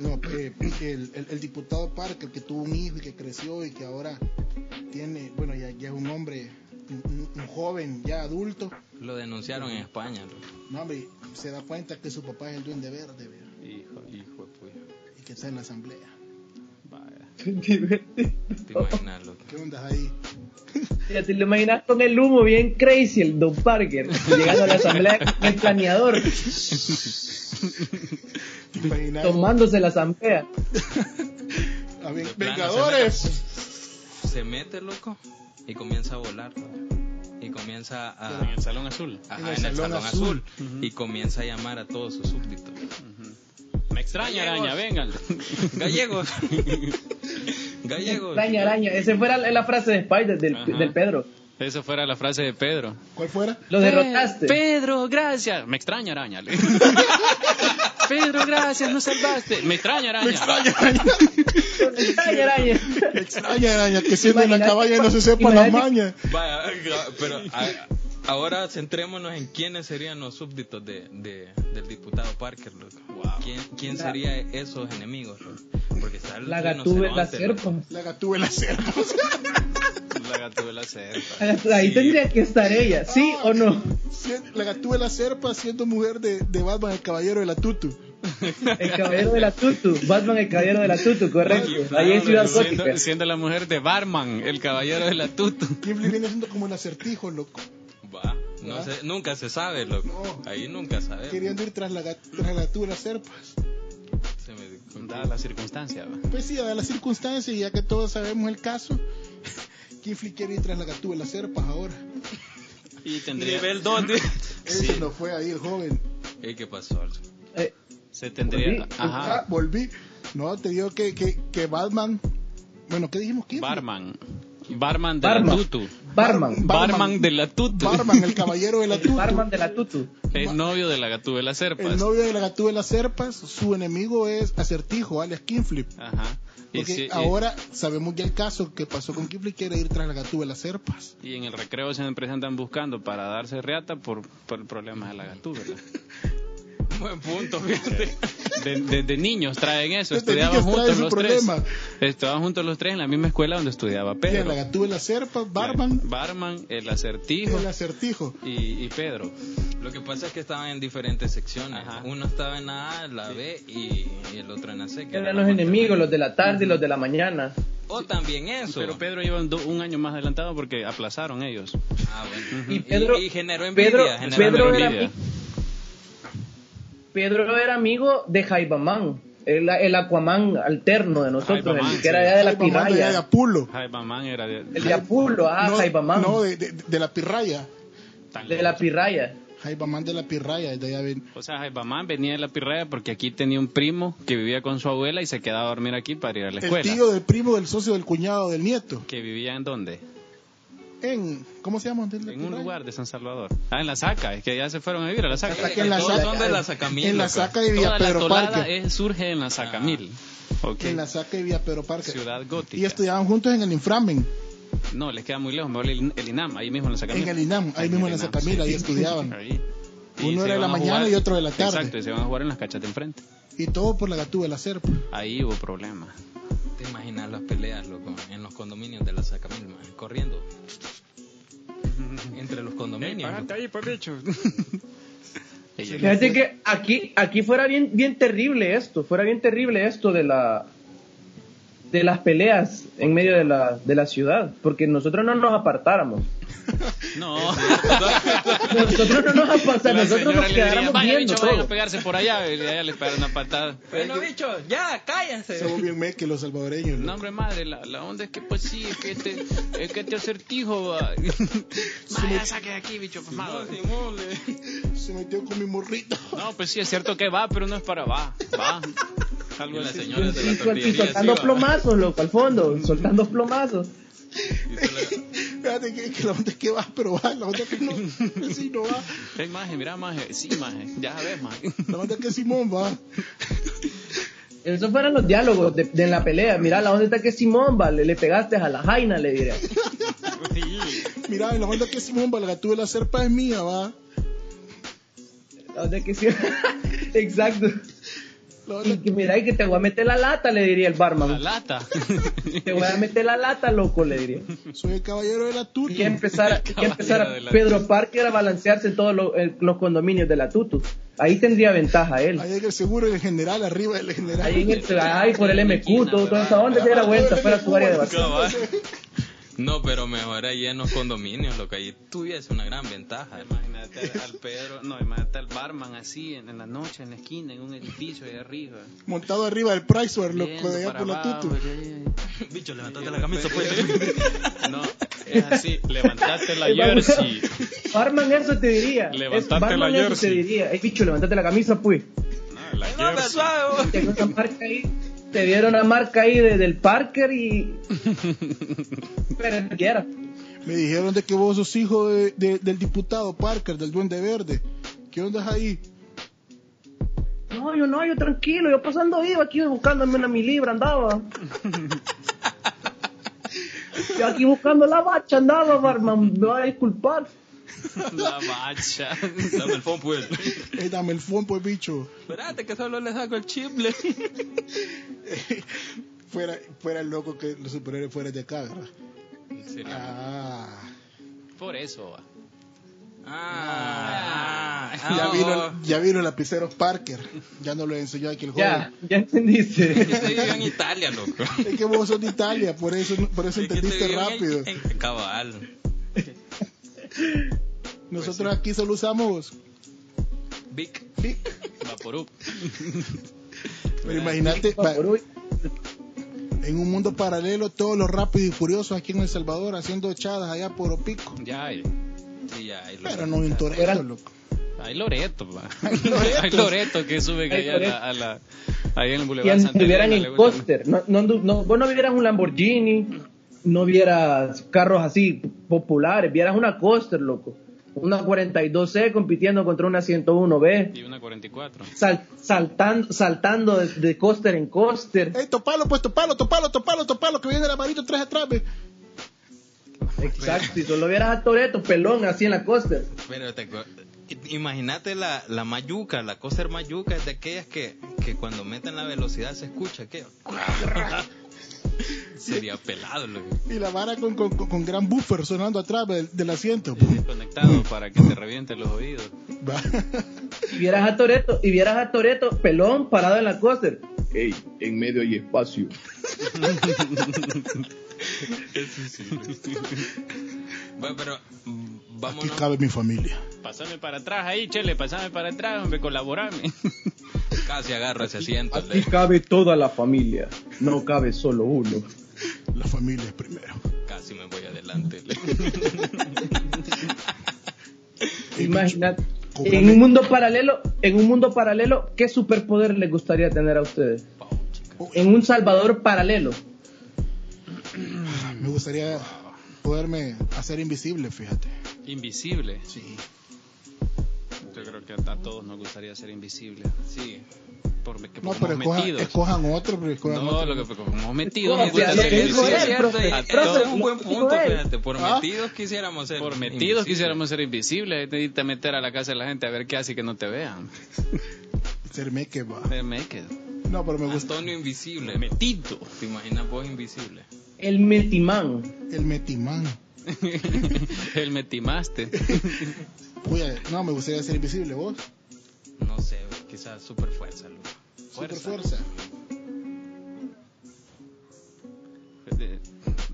no, eh, el, el- el diputado Parker que tuvo un hijo y que creció y que ahora tiene, bueno, ya, ya es un hombre, un- un- un joven, ya adulto. Lo denunciaron en España, loco. No, hombre, se da cuenta que su papá es el duende verde, viejo, Hijo, hijo, de puya. y que está en la asamblea. Vaya. ¿Te Oh. imaginas, loco? ¿Qué onda ahí? Ya te lo imaginas con el humo bien crazy, el Don Parker, llegando a la asamblea con el planeador, ¿Te imaginas? tomándose la asamblea. A ver, De plano, se Vengadores. Se mete, loco, y comienza a volar, loco. Y comienza a... En el Salón Azul. Ajá, En el Salón Azul. Y comienza a llamar a todos sus súbditos. Me extraña, araña, vengan. Gallegos. Gallegos. Araña, araña. Esa fuera la, la frase de Spider, del, Ajá. del Pedro. Esa fuera la frase de Pedro. ¿Cuál fuera? Lo derrotaste. Pedro, gracias. Me extraña, araña. Pedro, gracias, no salvaste. Me extraña, araña. Araña, araña. Extraña, araña, que siendo en la Imagínate- cabaña y no se sepa la imagínate- maña. Vaya, pero a- ahora centrémonos en quiénes serían los súbditos de, de- del diputado Parker, loco. ¿Quién, quién sería esos enemigos, loco? Porque está el La gatúbela la rinoceronte, loco. cerpa. La gatúbela la cerda. La gatúbela cerca. Ahí tendría que estar ella, ¿sí o no? Sien- La gatúbela la serpa siendo mujer de, de Batman, el caballero de la tutu. El caballero de la Tutu. Batman, el caballero de la Tutu, correcto. Ahí en Ciudad Gótica. Siendo, siendo la mujer de Barman, el caballero de la tutu. Gimli viene siendo como el acertijo, loco. Va, no Va. sé, nunca se sabe, loco. No. Ahí nunca sabemos. Queriendo ir tras la, gat- tras la gatúbela serpa. Se me- Dada la circunstancia, va. Pues sí, a las circunstancias, y ya que todos sabemos el caso, Gimli quiere ir tras la gatúbela la serpa ahora. Y tendría, Nivel 2. de- Eso no fue ahí el joven. Ey, ¿Qué pasó? Eh, se tendría, Sí. Ah, ajá, volví. No, te digo que, que, que Batman. Bueno, ¿qué dijimos? Gimli? Barman. Barman de la Barman. tutu. Barman. Barman. Barman de la tutu. Barman, el caballero de la tutu. Barman de la Tutu. El novio de la gatúbela cerpas. El novio de la gatúbela de las Serpas, su enemigo es Acertijo, alias Kingflip. Ajá. Y, Porque sí- y- ahora sabemos ya el caso que pasó con Kingflip, quiere ir tras la gatúbela de las Serpas. y en el recreo siempre se andan buscando para darse reata por, por problemas de la gatúbela. Buen punto, fíjate. De- Desde niños traen eso. Desde Estudiaban niños traen juntos su los problema. tres. Estudiaban juntos los tres en la misma escuela donde estudiaba Tiene Pedro. la gatúbela de las Serpas, Barman, Barman, el acertijo el Acertijo. y, y Pedro. Lo que pasa es que estaban en diferentes secciones. Ajá. Uno estaba en la A, la B y, y el otro en la C. que era Eran la los más enemigos, los de la tarde y los de la mañana. grande. O también eso. Pero Pedro iba un, do- un año más adelantado porque aplazaron ellos. Ah, bueno. Y Pedro- y generó envidia. Pedro- generó Pedro envidia. era envidia. Pedro era amigo de Jaibaman, el, el Aquaman alterno de nosotros, Jaibaman, el que era sí. allá de la Ay, mamá, de piraya. Ayapulo. Jaibaman era de, El de Apulo, ah, No, Jaibaman. no, de, de- de la pirraya. tan de la piraya. Jaibamán de la pirraya, desde allá ven. O sea, Jaibamán venía de la pirrea porque aquí tenía un primo que vivía con su abuela y se quedaba a dormir aquí para ir a la El escuela. tío del primo, del socio, del cuñado, del nieto. ¿Que vivía en dónde? En, ¿cómo se llama? ¿Dónde es la En un pirraya? lugar de San Salvador. Ah, en la Saca. Es que ya se fueron a vivir a la Saca. Hasta que en la Todos saca, son de la Sacamil, en la loco. saca de Villa pues. Toda la Pedro tolada Parque. es- surge en la Sacamil. Ok. En la saca de Villa Pedro Parque. Ciudad gótica. Y estudiaban juntos en el Inframen, No, les queda muy lejos. Mejor el, el INAM, ahí mismo en la Sacamil. en el INAM, ahí mismo en la el INAM, Sacamil, sí. ahí estudiaban. Ahí. Uno se era de la iban a mañana y otro de la tarde. Exacto, y se van a jugar en las cachas de enfrente. Y todo por la gatúbela la Serpa. Ahí hubo problemas. ¿Te imaginas las peleas, loco? En los condominios de la Sacamil, man, corriendo. Entre los condominios. loco. ahí, por bicho. Fíjate que aquí, aquí fuera bien, bien terrible esto, fuera bien terrible esto de la de las peleas en medio de la, de la ciudad, porque nosotros no nos apartáramos. No, Nosotros no nos apartáramos, nosotros nos quedáramos Vaya, viendo bicho, vayan a todo. pegarse por allá. Y allá les pegaron una patada. Bueno, bicho, ya, cállense. Somos bien meques los salvadoreños. No, loco. hombre, madre, la, la onda es que, pues sí, es que este, es que este acertijo va. Vaya, saque de aquí, bicho, pues, pasmado. Se metió con mi morrito. No, pues sí, es cierto que va, pero no es para va. Va. Algo Y la así. señora de la Y, y tortillería. soltando sí, va. plomazos, loco, al fondo, soltando plomazos. Y tú le- Fíjate que, que la onda es que va, pero va, la onda es que no. Sí, no va. Ey, maje, mira, maje. Sí, maje. Ya ves, maje. La onda es que Simón va. Esos fueron los diálogos de, de en la pelea. Mirá, ¿la dónde está que Simón, vale? Le pegaste a la jaina, le diré. Mira, en la onda que Simón Valgatú de la Serpa es mía, va. ¿La dónde que sí? Exacto. La onda Y que mira, y que te voy a meter la lata, le diría el La barman. lata. Te voy a meter la lata, loco, le diría. que- soy el caballero de la tuta. Y empezar, y empezar de la a Pedro Parker a balancearse en todos lo- en los condominios de la Tutu. Ahí tendría ventaja él. Ahí en el seguro, el general, arriba del general. Ahí en el, ay, por el MQ, todo, toda esa onda se diera vuelta fuera su área de vacío. Cabal. No, pero mejor ahí en los condominios, lo que ahí tuviese una gran ventaja. hermano. Ah, Imagínate al Pedro, no, imagínate al barman así en, en la noche, en la esquina, en un edificio ahí arriba. Montado arriba del Pricewater, viendo loco, de allá para por la abajo, tutu. así. Bicho, levantate Y la camisa, pues. No, es así, levantaste la El barman- jersey. Barman eso te diría. Levantate Es- Barman la eso te jersey. diría. Ey, bicho, levantate la camisa, pues. No, la No, pero jersey. suave, vos. Te dio una marca ahí. Te dieron una marca ahí de- del Parker y... Pero quiera. Me dijeron de que vos sos hijo de- de- del diputado Parker, del Duende Verde. ¿Qué onda es ahí? No, yo no, yo tranquilo, yo pasando iba aquí buscándome una mi libra andaba. Yo aquí buscando la bacha andaba, barman, me va a disculpar. La macha. Dame el phone, pues. Eh, dame el phone, pues, bicho. Espérate, que solo le saco el chiple. Fuera, fuera el loco que los superhéroes fueran de acá, ¿verdad? Ah. Por eso va. Ah, ah, ya, ah, vino, ya vino el lapicero Parker. Ya no lo enseñó aquí el joven. Ya, ya entendiste. Yo te vivo en Italia, loco. Es que vos sos de Italia, por eso, por eso Es que te entendiste vivo en- rápido. en- cabal. Pues Nosotros aquí solo usamos. Vic. Vaporub. Pero imagínate, Ah, va, en un mundo paralelo, todos los rápidos y furiosos aquí en El Salvador haciendo echadas allá por Opico. Ya, eh, Sí, ya, ahí lo- Pero no hay un torero, Eran- loco. hay Loreto, va. Loretos. Hay Loreto que sube Hay allá a la, a la- ahí en el Y Boulevard Santa anduvieran Elena, en luego- coaster. No, no, andu- no- vos no vieras un Lamborghini, no vieras carros así populares, vieras una coaster, loco. Una 42C compitiendo contra una 101B. Y una 44. Sal- saltando, saltando de, de coaster en coaster. ¡Ey, topalo, pues topalo, topalo, topalo, topalo! Que viene la manito tres atrás, ve. Exacto, si solo vieras a Toreto pelón así en la costa. Pero te acuer- imagínate la, la mayuca, la coser mayuca es de aquellas que, que cuando meten la velocidad se escucha que sería pelado lo que- Y la vara con, con, con- con gran buffer sonando atrás del, del asiento. Desconectado para que te reviente los oídos. Va. Y vieras a Toreto, y vieras a Toreto pelón parado en la costa. Ey, en medio hay espacio. Bueno, pero mm, Aquí vámonos, cabe mi familia. Pásame para atrás ahí, Chele, pasame para atrás, hombre, colaborame. casi agarra ese asiento. Aquí cabe toda la familia, no cabe solo uno. La familia es primero. le- Casi me voy adelante. le- Imagínate. ¿Cómo En me- un mundo paralelo, en un mundo paralelo, ¿qué superpoder les gustaría tener a ustedes? En un Salvador paralelo. Me gustaría poderme hacer invisible, fíjate. Invisible. Sí. Yo creo que a todos nos gustaría ser invisibles. Sí. Por, que No, como pero escojan, metidos. escojan otro, pero escojan No, otro. lo que porque como metidos No, nos o sea, gusta ser lo que dijo Sí, él, es invisibles. cierto, profe, y- profe, eso es un lo buen que dijo punto, él. fíjate, por Ah. metidos quisiéramos ser. Por metidos invisibles. quisiéramos ser invisibles. Te irte a meter a la casa de la gente a ver qué hace que no te vean. Serme que va. Verme que No, pero Ah, me gusta Antonio invisible. metido. ¿Te imaginas vos invisible? El Metimán. el metimán. El metimaste. Voy a- no, me gustaría ser invisible, vos. No sé, quizás super fuerza, loco. Super fuerza.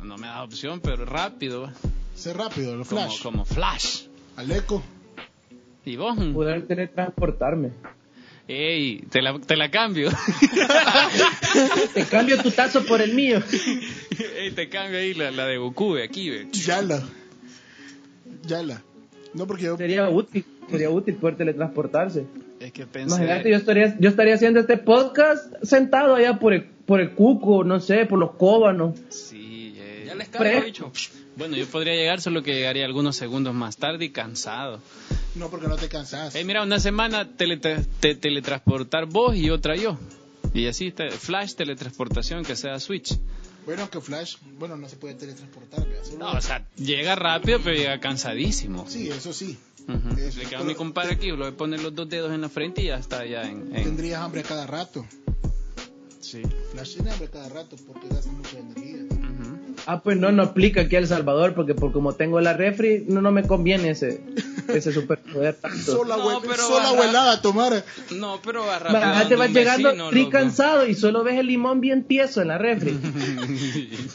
No me da opción, pero rápido. va. Ser rápido, los Como, flash. como flash. Aleco. Y vos. mm, Poder teletransportarme. Ey, te la, te la cambio. Te cambio tu tazo por el mío. Ey, te cambio ahí la, la de Goku de aquí, ve. Yala. Yala. No, porque yo. Sería útil, sería útil poder teletransportarse. Es que pensé. Imagínate, yo estaría, yo estaría haciendo este podcast sentado allá por el, por el cuco, no sé, por los cóbanos. Sí, ey. Ya les Pre- cago, bicho. Bueno, yo podría llegar, solo que llegaría algunos segundos más tarde y cansado. No, porque no te cansas. Em- Hey, mira, una semana teleta- te- teletransportar vos y otra yo. Y así, te- Flash, teletransportación, que sea Switch. Bueno, que Flash, bueno, no se puede teletransportar, ¿verdad? Solo- No, o sea, llega rápido, pero llega cansadísimo. sí, eso sí. Ujú. Eso, Le queda a pero- mi compadre aquí, lo pone los dos dedos en la frente y ya está ya en... en- Tendrías hambre a cada rato. Sí. Flash tiene hambre a cada rato porque gasta mucha energía. Ujú. Ah, pues no, no aplica aquí a El Salvador porque por como tengo la refri, no, no me conviene ese, ese superpoder. tanto. Sola, No, abuel- pero sola barra- abuelada a tomar. No, pero va rápido. Ajá, te donde vas un llegando vecino, tri loco. cansado y solo ves el limón bien tieso en la refri.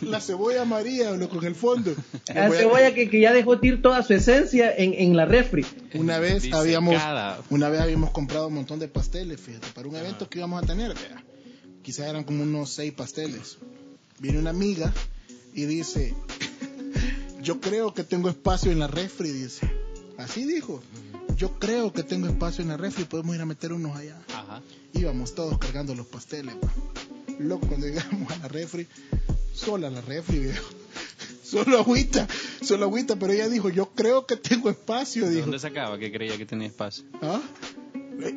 La cebolla amarilla, loco, en el fondo. La cebolla que, que ya dejó tirar toda su esencia en, en la refri. Una vez Disecada. habíamos una vez habíamos comprado un montón de pasteles, fíjate, para un evento que íbamos a tener, vea. Quizás eran como unos seis pasteles. Viene una amiga y dice, yo creo que tengo espacio en la refri, dice. Así dijo, yo creo que tengo espacio en la refri, podemos ir a meter unos allá. Ajá. Íbamos todos cargando los pasteles, va. Loco, cuando llegamos a la refri, sola la refri, viejo. Solo agüita, solo agüita, pero ella dijo, yo creo que tengo espacio, dijo. ¿Dónde sacaba que creía que tenía espacio? ¿Ah?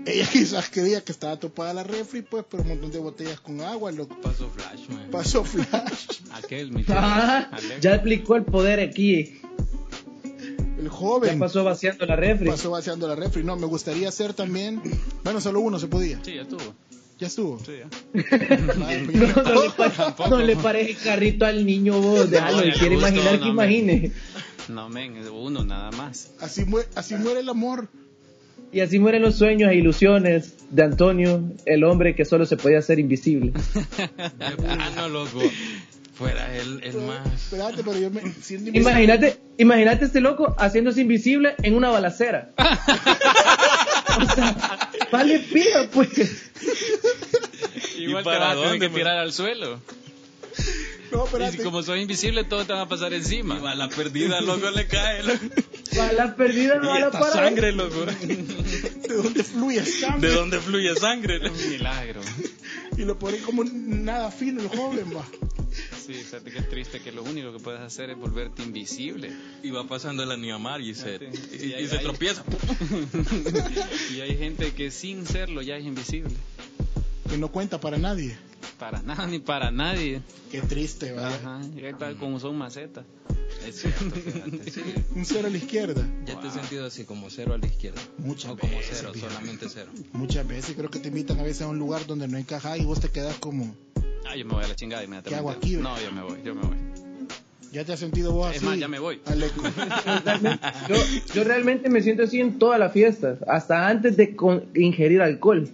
Ella quizás creía que estaba topada la refri, pues, pero un montón de botellas con agua, loco. Pasó Flash, man. Pasó Flash, Aquel, mi tío. Ajá, Alejo. Ah, ya aplicó el poder aquí. el Ya joven. Pasó, pasó vaciando la refri. vaciando la refri. No, me gustaría hacer también. Bueno, solo uno se podía. Sí, ya tuvo. Ya estuvo. Sí, ya. Ay, pues, yo- No, no le, pa- no le pares el carrito al niño vos. Déjalo, No, y ya quiere le gustó, imaginar no, que me- imagine. No, men, es uno nada más. Así, mue- así muere el amor. Y así mueren los sueños e ilusiones de Antonio, el hombre que solo se podía hacer invisible. Ah, no, loco. Fuera él, el más. Espérate, pero yo me siento invisible. Imagínate, imagínate este loco haciéndose invisible en una balacera. o sea, vale pija, pues. Igual Igual te vas para a tener dónde que que tirar al suelo. No, Y si espérate. como soy invisible, todo te va a pasar encima. A la perdida, loco, le cae. Loco. Bala perdida, Y bala esta para. sangre, loco. ¿De dónde fluye sangre? ¿De dónde fluye sangre? loco? Un milagro. Y lo ponen como nada fino el joven, va. Sí, fíjate que es triste que lo único que puedes hacer es volverte invisible. Y va pasando la Niamar y se, Fíjate. y, Y ahí- y se ahí- tropieza. Y hay gente que sin serlo ya es invisible. Que no cuenta para nadie. Para nada ni para nadie. Qué triste, va. Ajá. Y ahí está como son macetas. Es cierto, fíjate, sí. Un cero a la izquierda. Ya te he sentido así, como cero a la izquierda. Muchas No como veces, cero, fíjate. solamente cero. Muchas veces creo que te invitan a veces a un lugar donde no encajas y vos te quedas como, Ah, yo me voy a la chingada inmediatamente. hago aquí, ve? No, yo me voy, yo me voy. ya te has sentido vos así. Es más, ya me voy. Aleco. Yo, yo realmente me siento así en todas las fiestas, hasta antes de con- ingerir alcohol.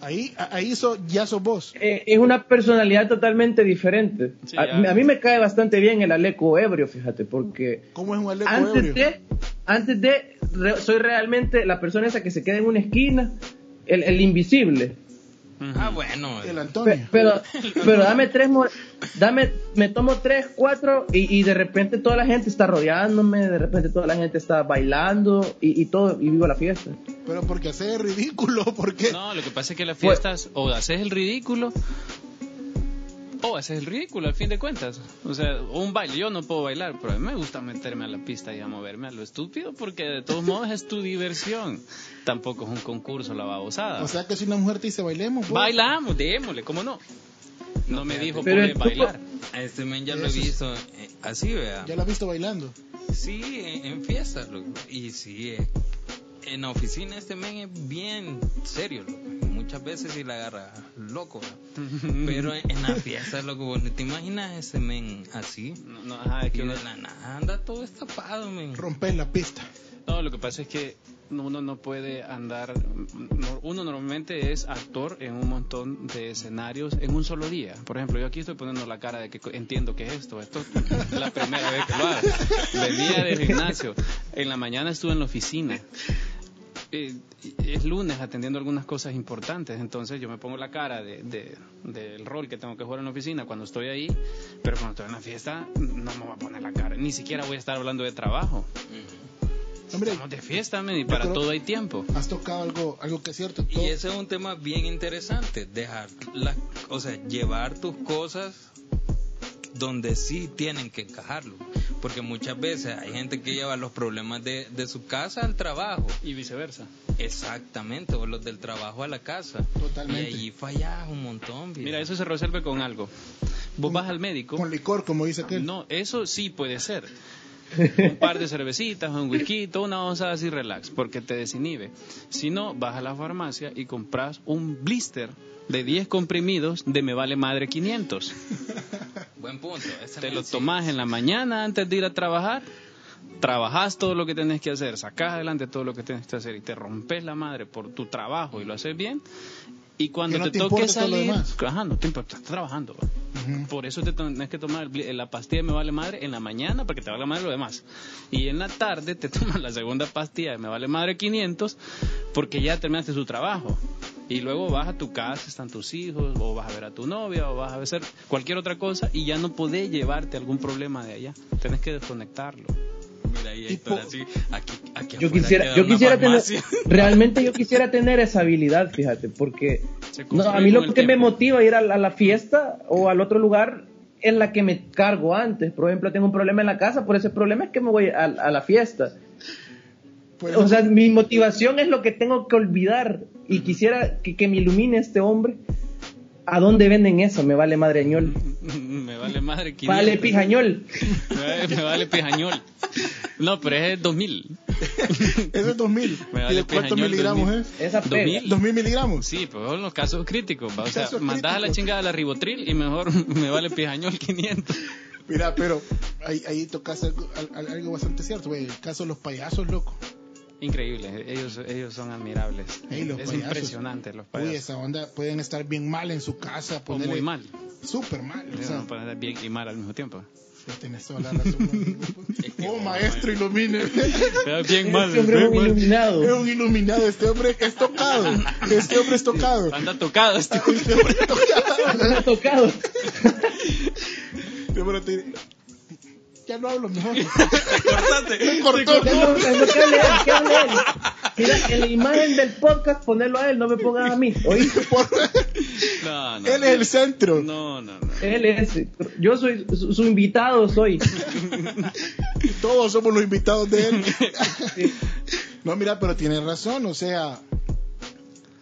ahí, a- ahí so- ya sos vos. Eh, es una personalidad totalmente diferente. Sí, a, ya. a mí me cae bastante bien el Aleco ebrio, fíjate, porque ¿Cómo es un Aleco ebrio? antes de, antes de, re- soy realmente la persona esa que se queda en una esquina, el, el invisible. Ah, bueno. El Pe- Antonio. Pero, pero dame tres, mor- dame, me tomo tres, cuatro y, y de repente toda la gente está rodeándome, de repente toda la gente está bailando y, y todo, y vivo la fiesta. Pero porque haces ridículo, porque... No, lo que pasa es que las fiestas o haces el ridículo o haces el ridículo al fin de cuentas. O sea, o un baile, yo no puedo bailar, pero a mí me gusta meterme a la pista y a moverme a lo estúpido porque de todos modos es tu diversión. Tampoco es un concurso la babosada. O sea que si una mujer te dice bailemos, vos- Bailamos, démosle, ¿cómo no? No me dijo Pero por tú- bailar. A este men ya lo he Eso es- visto eh, así, vea. ya la has visto bailando. Sí, en, en fiestas, loco. Y sí, eh, en la oficina este men es bien serio, loco. Muchas veces sí la agarra loco, ¿verdad? Pero en, en las fiestas, loco, vos no te imaginas ese men así. No, no, ajá, es Y que uno- de la nada anda todo estapado, men. Romper la pista. No, lo que pasa es que uno no puede andar, no- uno normalmente es actor en un montón de escenarios en un solo día. Por ejemplo, yo aquí estoy poniendo la cara de que co- entiendo que es esto, esto es la primera vez que lo hago. Venía del gimnasio, en la mañana estuve en la oficina. Eh, es lunes atendiendo algunas cosas importantes, entonces yo me pongo la cara de, de- del rol que tengo que jugar en la oficina cuando estoy ahí, pero cuando estoy en la fiesta no me voy a poner la cara, ni siquiera voy a estar hablando de trabajo. Hombre, Estamos de fiesta, men, y para creo- todo hay tiempo. has tocado algo, algo que es cierto. Y Todo- ese es un tema bien interesante, dejar las, o sea, llevar tus cosas donde sí tienen que encajarlo. Porque muchas veces hay gente que lleva los problemas de, de su casa al trabajo Y viceversa. Exactamente, o los del trabajo a la casa. Totalmente. Y ahí fallas un montón. viejo. Mira, eso se resuelve con algo. Vos vas al médico. Con licor, como dice aquel. No, eso sí puede ser. Un par de cervecitas, un whisky, una onza así relax, porque te desinhibe. Si no, vas a la farmacia y compras un blister de 10 comprimidos de me vale madre 500. Buen punto. ese Te man lo sí. tomás en la mañana antes de ir a trabajar. Trabajás todo lo que tenés que hacer, sacás adelante todo lo que tenés que hacer y te rompes la madre por tu trabajo y lo haces bien. Y cuando Que no te, te toque importa todo lo salir, demás. ajá, no te importa, estás trabajando. Ujú. Por eso te tenés que tomar el bli- eh, la pastilla de Me Vale Madre en la mañana para que te valga madre lo demás. Y en la tarde te tomas la segunda pastilla de Me Vale Madre 500 porque ya terminaste tu trabajo. Y luego vas a tu casa, están tus hijos, o vas a ver a tu novia, o vas a hacer cualquier otra cosa y ya no podés llevarte algún problema de allá. Tenés que desconectarlo. Mira, ahí Tipo- Héctor, así, aquí, aquí Yo afuera quisiera, queda yo una quisiera tener, farmacia. realmente yo quisiera tener esa habilidad, fíjate, porque Se no, construye a mí con lo el que me tiempo. motiva a ir a la, a la fiesta o al otro lugar es la que me cargo antes. Por ejemplo, tengo un problema en la casa, por ese problema es que me voy a, a la fiesta. Pues, O sea, mi motivación es lo que tengo que olvidar y quisiera que, que me ilumine este hombre. ¿A dónde venden eso? Me vale madreñol. Me vale madre 500. Vale pijañol. Me vale- me vale pijañol. No, pero es 2000. ese es 2000. Me ¿Y vale de cuántos pijañol, miligramos 2000. Esa pega. 2000. es? 2000 miligramos. Sí, pero son los casos críticos. ¿va? O sea, Casos mandás a la críticos. chingada la ribotril y mejor me vale pijañol 500. Mira, pero ahí, ahí tocaste algo, al- algo bastante cierto, güey. El caso de los payasos, loco. Increíble, ellos, ellos son admirables. Ey, los es payasos. impresionante los Uy, payasos. esa onda pueden estar bien mal en su casa. o Ponerle muy mal. Súper mal. O sea, No, para estar bien y mal al mismo tiempo. tienes toda la razón. amigo. oh, maestro, ilumine. Pero bien mal. Este hombre es bien un mal. iluminado. es un iluminado. Este hombre es tocado. Este hombre es tocado. Anda tocado este Este hombre es tocado. Me ha tocado. Yo, bueno, te- Ya no hablo mejor. Cortate. Me cortó. Ya no- ya no, que hable él, que hable él. Mira, en la imagen del podcast, ponerlo a él, no me pongas a mí. Oí, No, no. Él es el centro. No, no, no. él es. Yo soy su, su invitado, soy. Todos somos los invitados de él. Sí. No, mira, pero tienes razón. O sea,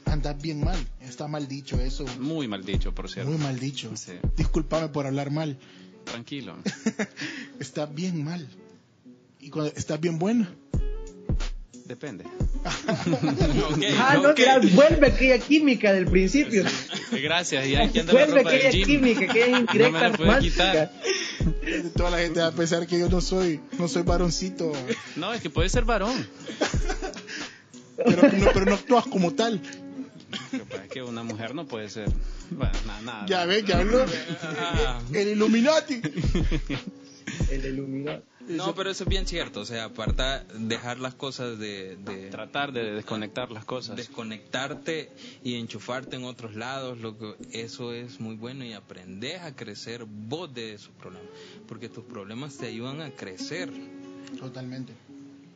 andas bien mal. Está mal dicho eso. Muy mal dicho, por cierto. Muy mal dicho. Sí. Disculpame por hablar mal. Tranquilo. Está bien mal. Y cuando estás bien buena. Depende. Ok, Ah, no, ok. mira, vuelve aquella química del principio. Eh, Gracias. Y aquí anda la Vuelve ropa aquella del gym. química, aquella No me indirecta la puedes romántica. quitar. Toda la gente va a pensar que yo no soy, no soy varoncito. No, es que puede ser varón. Pero no, pero no actúas como tal. Lo que pasa es que una mujer no puede ser. Bueno, nada, nada. Ya ves, ya habló. Ah. El Illuminati. El iluminado. No, pero eso es bien cierto. O sea, aparta dejar las cosas de, de Tratar de desconectar las cosas. desconectarte y enchufarte en otros lados, lo que, eso es muy bueno y aprendes a crecer vos de esos problemas. Porque tus problemas te ayudan a crecer. Totalmente.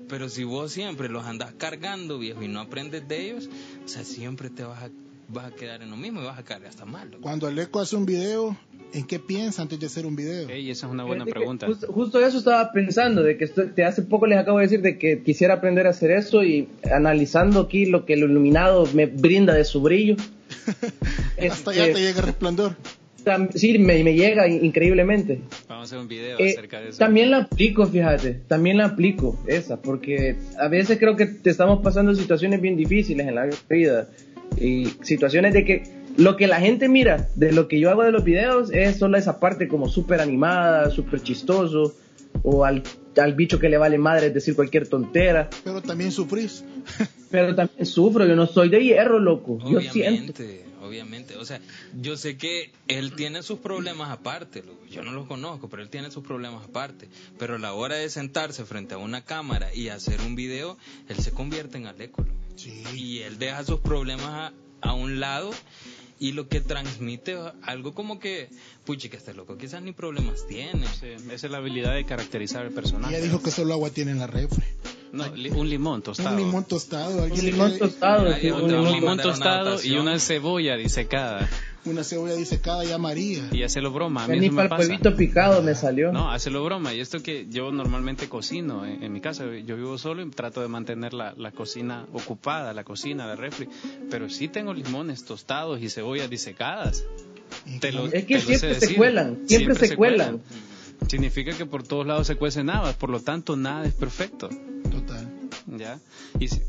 Pero si vos siempre los andás cargando, viejo, y no aprendes de ellos, o sea, siempre te vas a, vas a quedar en lo mismo y vas a caer hasta mal. loco. Cuando Aleco hace un video, ¿en qué piensa antes de hacer un video? Ey, esa es una buena Fíjate que pregunta. Justo, justo eso estaba pensando, de que estoy- te hace poco les acabo de decir de que quisiera aprender a hacer eso y analizando aquí lo que el iluminado me brinda de su brillo. Hasta allá este, te llega el resplandor. tam- sí, me, me llega in- increíblemente. Vamos a hacer un video Eh, acerca de eso. también la aplico, fíjate, también la aplico esa, porque a veces creo que te estamos pasando situaciones bien difíciles en la vida y situaciones de que lo que la gente mira de lo que yo hago de los videos es solo esa parte como súper animada, súper chistoso o al, al bicho que le vale madre es decir cualquier tontera, Pero también sufrís. pero también sufro, yo no soy de hierro, loco, yo siento. Obviamente, obviamente. O sea, yo sé que él tiene sus problemas aparte. loco. Yo no los conozco, pero él tiene sus problemas aparte. Pero a la hora de sentarse frente a una cámara y hacer un video, él se convierte en Aleco. loco. Sí. Y él deja sus problemas a, a un lado y lo que transmite algo como que, puchi, que este loco quizás ni problemas tiene. Sí, esa es la habilidad de caracterizar el personaje. Ella dijo que solo agua tiene en la refri. No, li- un limón tostado. Un limón tostado. Un alguien le limón quiere- tostado, Mira, sí, yo un te Un Vamos a limón mandar limón una tostado y anotación. una cebolla disecada. Una cebolla disecada ya María. Y hacelo broma. A mí Ni eso me para el pasa. huevito picado me salió. No, hacelo broma. Y esto que yo normalmente cocino eh, en, en mi casa. Yo vivo solo y trato de mantener la, la cocina ocupada, la cocina, la refri. Pero sí tengo limones tostados y cebollas disecadas. Te lo- Es te que lo sé siempre se decir. cuelan, siempre, se, cuelan. Significa que por todos lados se cuecen habas, por lo tanto nada es perfecto. Total. ¿ya? Y si-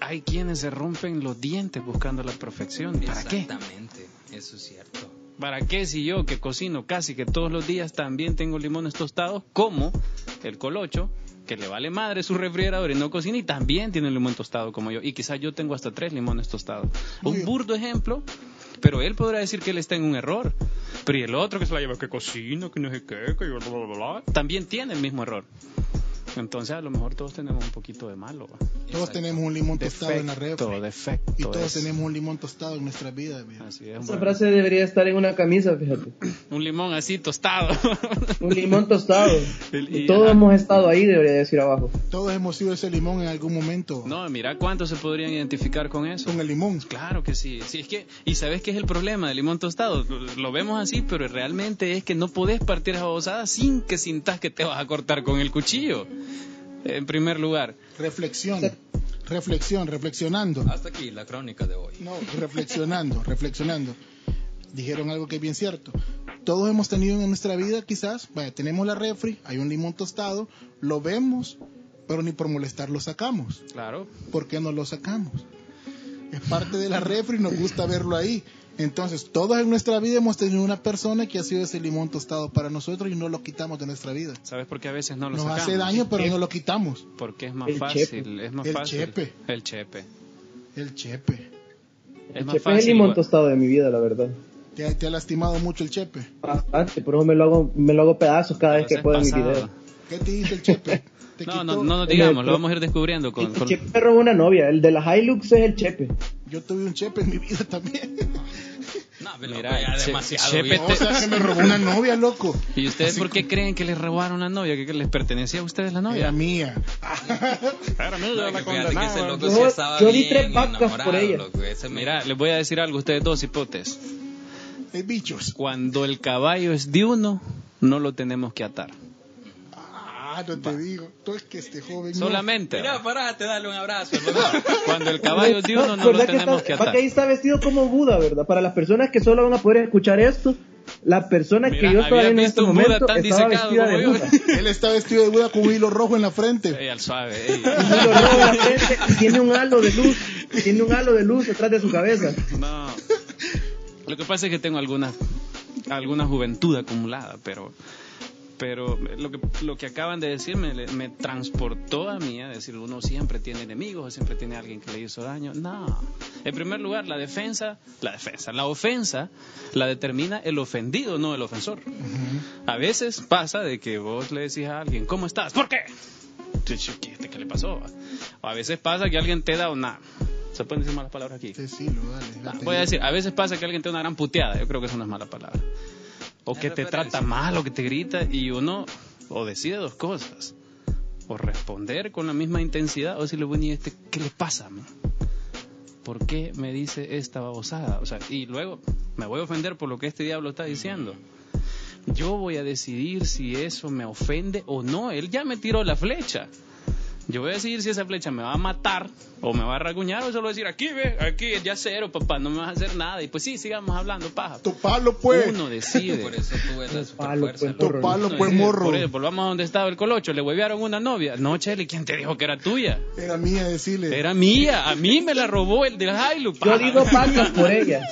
hay quienes se rompen los dientes buscando la perfección. ¿Para qué? Exactamente, eso es cierto. ¿Para qué si yo que cocino casi que todos los días también tengo limones tostados como el colocho? que le vale madre su refrigerador y no cocina y también tiene limón tostado como yo y quizás yo tengo hasta tres limones tostados Muy un bien. burdo ejemplo pero él podrá decir que él está en un error pero y el otro que se la lleva que cocina que no sé qué que yo bla, bla, bla, bla, también tiene el mismo error entonces a lo mejor todos tenemos un poquito de malo ¿va? Todos tenemos un limón tostado en la red. defecto defecto Y todos es. tenemos un limón tostado en nuestra vida. mira. Así es, Esa bueno. frase debería estar en una camisa, fíjate. un limón así tostado Un limón tostado. El- y- Y todos ajá. hemos estado ahí, debería decir abajo. Todos hemos sido ese limón en algún momento. Ah. No, mira cuántos se podrían identificar con eso. Con el limón. Claro que sí. sí es que, ¿Y sabes qué es el problema del limón tostado? Lo- Lo vemos así, pero realmente es que no podés partir esa babosada sin que sintas que te vas a cortar con el cuchillo. En primer lugar. Reflexión. Reflexión, reflexionando. Hasta aquí la crónica de hoy. No, reflexionando, reflexionando. Dijeron algo que es bien cierto. Todos hemos tenido en nuestra vida, quizás, vaya, tenemos la refri, hay un limón tostado, lo vemos, pero ni por molestar lo sacamos. Claro. ¿Por qué no lo sacamos? Es parte de la refri, nos gusta verlo ahí. Entonces, todos en nuestra vida hemos tenido una persona que ha sido ese limón tostado para nosotros y no lo quitamos de nuestra vida. ¿Sabes por qué a veces no lo Nos sacamos? hace daño, pero Es no lo quitamos. Porque es más El fácil. chepe. Es más El fácil. chepe. El chepe. El chepe. Es más Chepe es el fácil. limón igual. tostado de mi vida, la verdad. Te ha, te ha lastimado mucho el chepe. Bastante, por eso me lo hago, me lo hago pedazos cada vez que Entonces, puedo en mi pasado. video. ¿Qué te dice el chepe? ¿Te No, quitó? no, no nos Oye, digamos, lo pero- vamos a ir descubriendo con, El con- Chepe me robó una novia, el de la Hilux es el Chepe. Yo tuve un chepe en mi vida también. No, pero Mira, ya che- demasiado. chepe viejo. No, o sea, que me robó una novia, loco. ¿Y ustedes por qué creen que les robaron la novia? ¿Que que les pertenecía a ustedes la novia? Era mía. No, que fíjate que ese loco Yo- sí estaba yo di bien tres vacas enamorado, por ella. loco. Ese Mira, mira, les voy a decir algo a ustedes dos hipotes. Hay bichos. Cuando el caballo es de uno, no lo tenemos que atar. Ah, no te digo. Tú es que este joven. no. Solamente. mira, parate, dale un abrazo. loco. Cuando el caballo es de uno, no lo ¿Verdad que tenemos está- que va atar. que ahí está vestido como Buda, ¿verdad? Para las personas que solo van a poder escuchar esto, la persona Mira, que yo había estaba viendo en visto este un Buda momento tan estaba disecado vestida de como Buda. yo. Él está vestido de Buda con un hilo rojo en la frente. Ey, al suave. ey. Un hilo rojo en la frente y tiene un halo de luz, tiene un halo de luz detrás de su cabeza. No. Lo que pasa es que tengo alguna, alguna juventud acumulada, pero, pero lo, que, lo que acaban de decir me, me transportó a mí a decir, uno siempre tiene enemigos, siempre tiene alguien que le hizo daño. No. En primer lugar, la defensa, la defensa, la ofensa la determina el ofendido, no el ofensor. A veces pasa de que vos le decís a alguien, ¿cómo estás? ¿Por qué? Tú, "Chu, ¿Qué, este, qué le pasó? O a veces pasa que alguien te da una... Se pueden decir malas palabras aquí. Este, Sí, sí, lo dale. Ah, la Voy a decir, a veces pasa que alguien te da una gran puteada, yo creo que eso no es mala palabra. O Es que te referencia. trata mal, o que te grita, y uno o decide dos cosas. O responder con la misma intensidad, o decirle, bueno, ¿y este qué le pasa? man? ¿Por qué me dice esta babosada? O sea, y luego me voy a ofender por lo que este diablo está diciendo. Yo voy a decidir si eso me ofende o no. Él ya me tiró la flecha. Yo voy a decidir si esa flecha me va a matar o me va a raguñar o solo decir aquí ve, aquí ya cero papá, no me vas a hacer nada y pues sí, sigamos hablando paja. Tu palo, pues. Uno decide. Por eso tuve la super palo, fuerza. pues, Tu palo, Uno pues, decide. morro. Por eso, volvamos a donde estaba el colocho, le huevearon una novia. No, Chele, ¿quién te dijo que era tuya? Era mía decirle. Era mía, a mí me la robó el del Hilux. Yo paja. digo vacas por ella.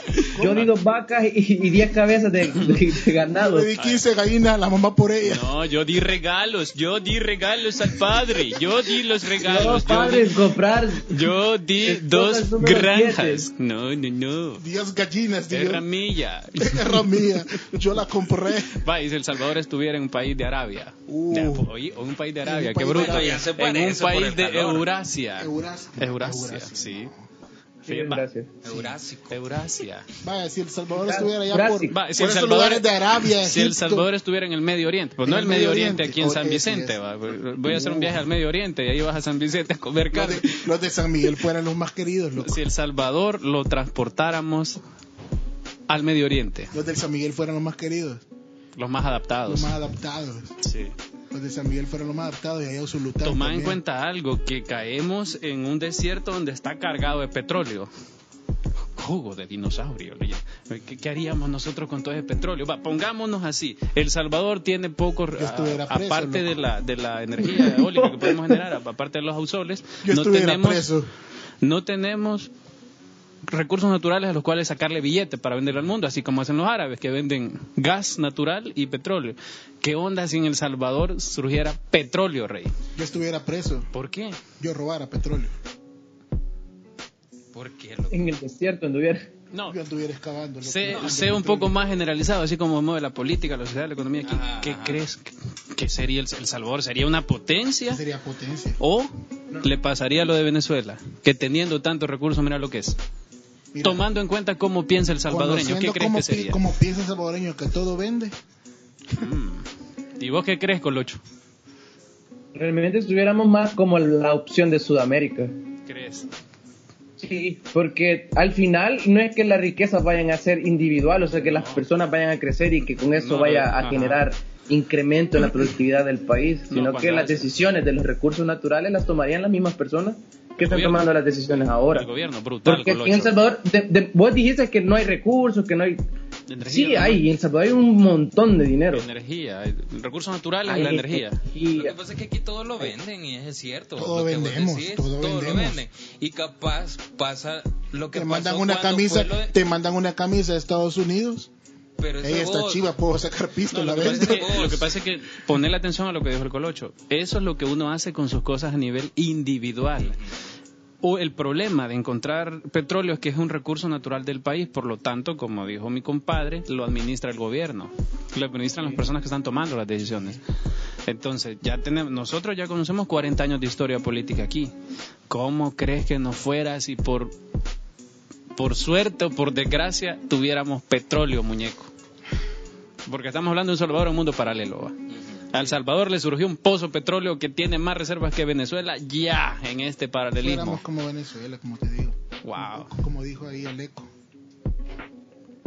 Yo digo vacas y, y diez cabezas de, de- de ganado. Le di 15 gallinas a la mamá por ella. No, yo di regalos, yo di regalos al padre, yo di los regalos, Los yo di, padres comprar yo di Esposas dos número granjas. siete. No, no, no. 10 gallinas, tío. Era mía. Era mía. Yo la compré. Va, y si El Salvador estuviera en un país de Arabia. Uh. Ya, po- oye, o un país de En Arabia, un qué país de bruto. Arabia. Ya se en un parece por país el de calor. Eurasia. Eurasia. Eurasia, Eurasia, sí. Sí, Va, gracias. Eurásico. Eurasia. Vaya, si El Salvador Bra- estuviera allá por, Brasil. Va, por si El esos Salvador- lugares de Arabia, Si El Egipto, Salvador estuviera en el Medio Oriente, pues En no el el Medio Medio Oriente, Oriente. aquí en San Oh, es, Vicente. es. va. Voy a hacer un viaje al Medio Oriente y ahí vas a San Vicente a Los comer carne. de, los de San Miguel fueran los más queridos, loco. Si El Salvador lo transportáramos al Medio Oriente, Los del San Miguel fueron los más queridos, los más adaptados. los más adaptados. Sí. Los de San Miguel fueron los más adaptados y allá Usulután. Tomá en también. cuenta algo, que caemos en un desierto donde está cargado de petróleo. Jugo de dinosaurio. le llaman. ¿Qué, qué haríamos nosotros con todo ese petróleo? Va, pongámonos así. El Salvador tiene poco, Yo estuviera a- preso, aparte loco. de la, de la energía eólica que podemos generar, a- aparte de los ausoles, Yo no estuviera tenemos, preso. no tenemos recursos naturales a los cuales sacarle billete para venderlo al mundo, así como hacen los árabes, que venden gas natural y petróleo. ¿Qué onda si en El Salvador surgiera petróleo, rey? Yo estuviera preso. ¿Por qué? Yo robara petróleo. ¿Por qué, loco? En el desierto anduviera. No, Yo anduviera excavando. loco. sé, No, sé yo un petróleo. poco más generalizado, así como mueve la política, la sociedad, la economía. ¿Qué, Ajá, qué ajá. crees que- que sería el, El Salvador? ¿Sería una potencia? Sería potencia. ¿O le pasaría lo de Venezuela? Que teniendo tantos recursos, mira lo que es. Mira, Tomando en cuenta cómo piensa el salvadoreño, ¿qué conociendo crees cómo que pi- sería? Como piensa el salvadoreño que todo vende. ¿Y vos qué crees, Colocho? Realmente estuviéramos más como la opción de Sudamérica. ¿Crees? Sí, porque al final no es que las riquezas vayan a ser individual, o sea, que las personas vayan a crecer y que con eso No, vaya no, a ajá. generar incremento en la productividad del país, sino cuando que las hace- decisiones de los recursos naturales las tomarían las mismas personas que están Gobierno. tomando las decisiones ahora. El gobierno, brutal, Porque aquí Colocho. en El Salvador, de- de- vos dijiste que no hay recursos, que no hay... Energía, Sí, ¿no? hay, en El Salvador hay un montón de dinero. Energía, eh, recursos naturales y Hay la energía. Lo que energía. pasa es que aquí todo lo venden y es cierto. Todo lo que vos vendemos, decís, todo lo vendemos. venden. Y capaz pasa lo que Te pasó mandan una cuando camisa, fue lo de- te mandan una camisa de Estados Unidos. Pero eso Ey, esta vos- chiva puedo sacar No, pistola, lo, la que pasa es vendo. que, lo que pasa es que poner la atención a lo que dijo el Colocho. Eso es lo que uno hace con sus cosas a nivel individual. O el problema de encontrar petróleo es que es un recurso natural del país, por lo tanto, como dijo mi compadre, lo administra el gobierno, lo administran las personas que están tomando las decisiones. Entonces, ya tenemos, nosotros ya conocemos 40 años de historia política aquí. ¿Cómo crees que nos fuera si por, por suerte o por desgracia tuviéramos petróleo, muñeco? Porque estamos hablando de un Salvador, un mundo paralelo. ¿va? A El Salvador le surgió un pozo petróleo que tiene más reservas que Venezuela ya en este Fuéramos paralelismo. como Venezuela, como te digo. Wow. Como dijo ahí Aleco.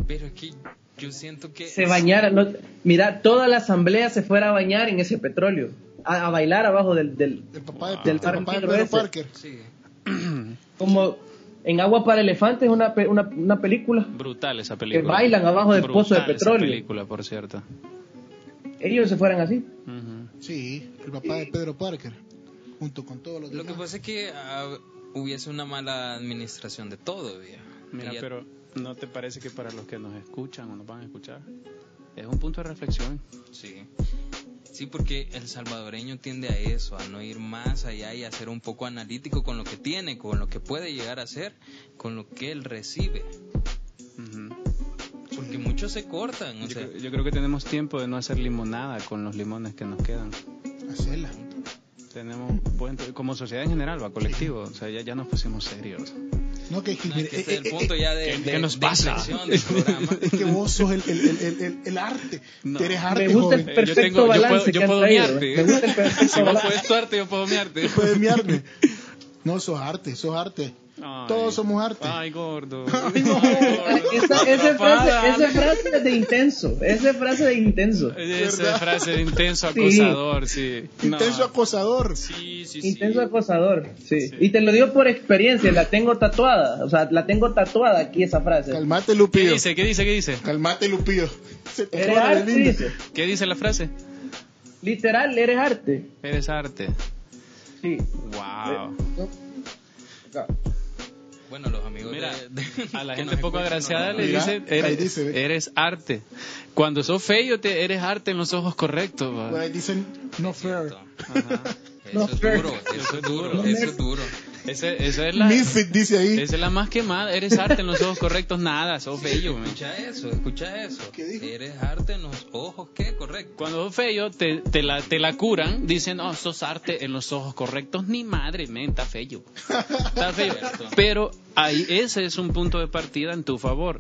Pero es que yo siento que. se bañara. no- mira, toda la asamblea se fuera a bañar en ese petróleo, a, a bailar abajo del, del- El papá de, Del el papá de barranquero Pedro ese. Parker. Sí. como en agua para elefantes, una, pe- una, una película. Brutal esa película. bailan abajo del pozo de Brutal esa petróleo. película, por cierto. Ellos se fueran así. Ujú. Sí, el papá de Pedro Parker. Junto con todos los Lo que demás. pasa es que ah, hubiese una mala administración de todo, viejo. Mira, Y ya- pero ¿no te parece que para los que nos escuchan o nos van a escuchar es un punto de reflexión? Sí. Sí, porque el salvadoreño tiende a eso, a no ir más allá y a ser un poco analítico con lo que tiene, con lo que puede llegar a ser, con lo que él recibe. Ujú. Porque muchos se cortan, o yo, sea, creo, yo creo que tenemos tiempo de no hacer limonada con los limones que nos quedan. Hacela. Tenemos buen- como sociedad en general, va colectivo. O sea, ya, ya nos pusimos serios. No, que, que, no, es mire, que este eh, es el eh, punto ya de, ¿qué- de- qué nos de pasa? inflexión del programa. Es que vos sos el, el, el, el, el- el arte. No. Tú eres arte, Me gusta el joven. Eh, yo perfecto tengo- yo balance puedo- yo que puedo han traído. miarte. Me gusta el Si perfecto vos balance. puedes tu arte, yo puedo mi arte. pues, Puedes miarme. No, sos arte, sos arte. Ay. Todos somos arte. Ay, gordo. Esa, esa frase, esa frase es de intenso. Esa frase de intenso. Esa ¿Verdad? frase de intenso Sí. acosador, sí. No. Intenso acosador. Sí, sí, sí. Intenso acosador. Sí. Y te lo digo por experiencia. La tengo tatuada. O sea, la tengo tatuada aquí esa frase. Calmate, ¿Qué Lupillo. dice? ¿Qué dice? ¿Qué dice? Calmate, Lupillo. Se te Eres pone arte, linda. dice. ¿Qué dice la frase? Literal, eres arte. Eres arte. Sí. Wow. Bueno, los amigos Mira, de- de- a la que gente nos poco escuchan, agraciada no, le Mira, dice, ahí eres, dice, ve. eres arte. Cuando sos feo, te, eres arte en los ojos correctos. va. Por ahí dicen, no fair. no, no. Ajá. Eso es fair. duro, eso es duro, eso es duro. Ese- esa, es la, Misfit dice ahí. esa es la más quemada. Eres arte en los ojos correctos. Nada, sos bello. man. Escucha eso, escucha eso. ¿Qué dijo? Eres arte en los ojos, ¿qué? Correcto. Cuando sos feo, te, te la, te la curan, dicen, no, sos arte en los ojos correctos, ni madre, men, está feo. Está feo. Pero ahí, ese es un punto de partida en tu favor.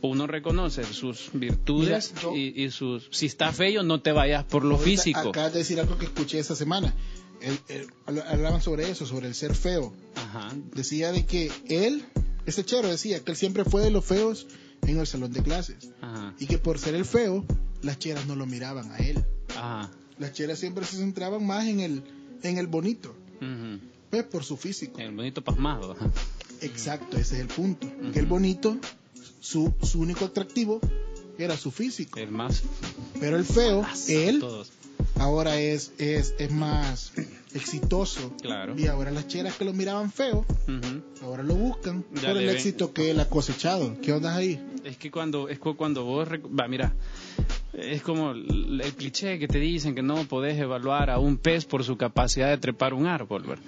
Uno reconoce sus virtudes Mira, yo- y, y sus... Si está feo, no te vayas por lo Ahorita físico. Acabas de decir algo que escuché esta semana. El- el- habl- hablaban sobre eso, sobre el ser feo. Ajá. Decía de que él, ese chero decía que él siempre fue de los feos en el salón de clases. Ajá. Y que por ser el feo, las cheras no lo miraban a él. Ajá. Las cheras siempre se centraban más en el, en el bonito, Ujú. pues por su físico. El bonito pasmado. ajá. Exacto, ese es el punto. Que el bonito, su, su único atractivo era su físico. El más. Pero el feo, él, Todos. ahora es, es, es más exitoso. Claro. Y ahora las cheras que lo miraban feo, Ujú. ahora lo buscan Ya por le el ven. éxito que él ha cosechado. ¿Qué onda ahí? Es que cuando, es cu- cuando vos, rec- va, mira, es como el, el cliché que te dicen que no podés evaluar a un pez por su capacidad de trepar un árbol, ¿verdad?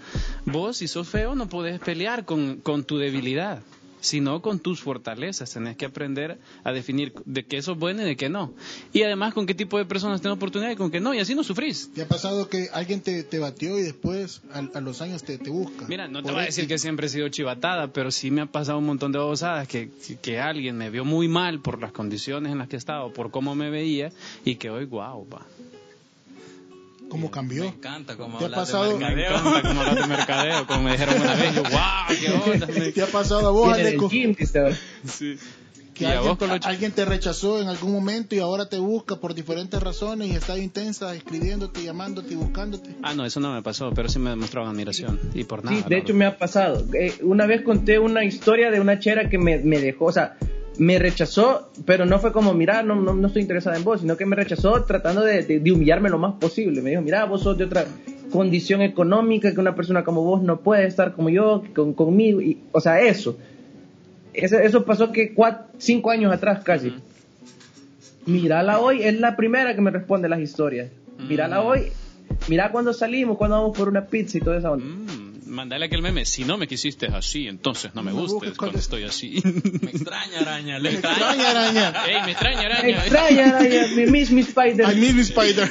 Vos, si sos feo, no podés pelear con, con tu debilidad, sino con tus fortalezas. Tenés que aprender a definir de qué sos bueno y de qué no. Y además, con qué tipo de personas tenés oportunidad y con qué no, y así no sufrís. ¿Te ha pasado que alguien te, te batió y después a, a los años te, te busca? Mira, no te Por voy a decir éxito. que siempre he sido chivatada, pero sí me ha pasado un montón de babosadas que, que- que alguien me vio muy mal por las condiciones en las que estaba, por cómo me veía, y que hoy, guau, pa. ¿Cómo Me cambió? encanta cómo ¿Te ha hablas de pasado? mercadeo. Me encanta como hablas de mercadeo, como me dijeron una vez, yo, guau, qué onda. ¿Te ha pasado a vos, Viene del Aleco? gym, dice, "Ahora". Sí. Que Y a vos con lo alguien, alguien te rechazó en algún momento y ahora te busca por diferentes razones y está intensa escribiéndote, llamándote y buscándote. Ah, no, eso no me pasó, pero sí me demostraban admiración, y por nada. Sí, la de hecho verdad. me ha pasado. Eh, una vez conté una historia de una chera que me, me dejó, o sea, me rechazó, pero no fue como, mira, no, no, no estoy interesada en vos, sino que me rechazó tratando de, de- de humillarme lo más posible. Me dijo, mira, vos sos de otra condición económica, que una persona como vos no puede estar como yo, con, conmigo, y, o sea, eso. Eso, eso pasó que cuat- cinco años atrás casi. Ujú. Mírala hoy, es la primera que me responde las historias. Mírala Mm. hoy, mira cuando salimos, cuando vamos por una pizza y toda esa onda. Mm, Mandale aquel meme, si no me quisiste así, entonces no me No me gustes busques cuando- cuando estoy así. Me extraña, araña. Le Me extraña. extraña, araña. Ey, me extraña, araña. Extraña, araña, me miss me spider. I miss me spider.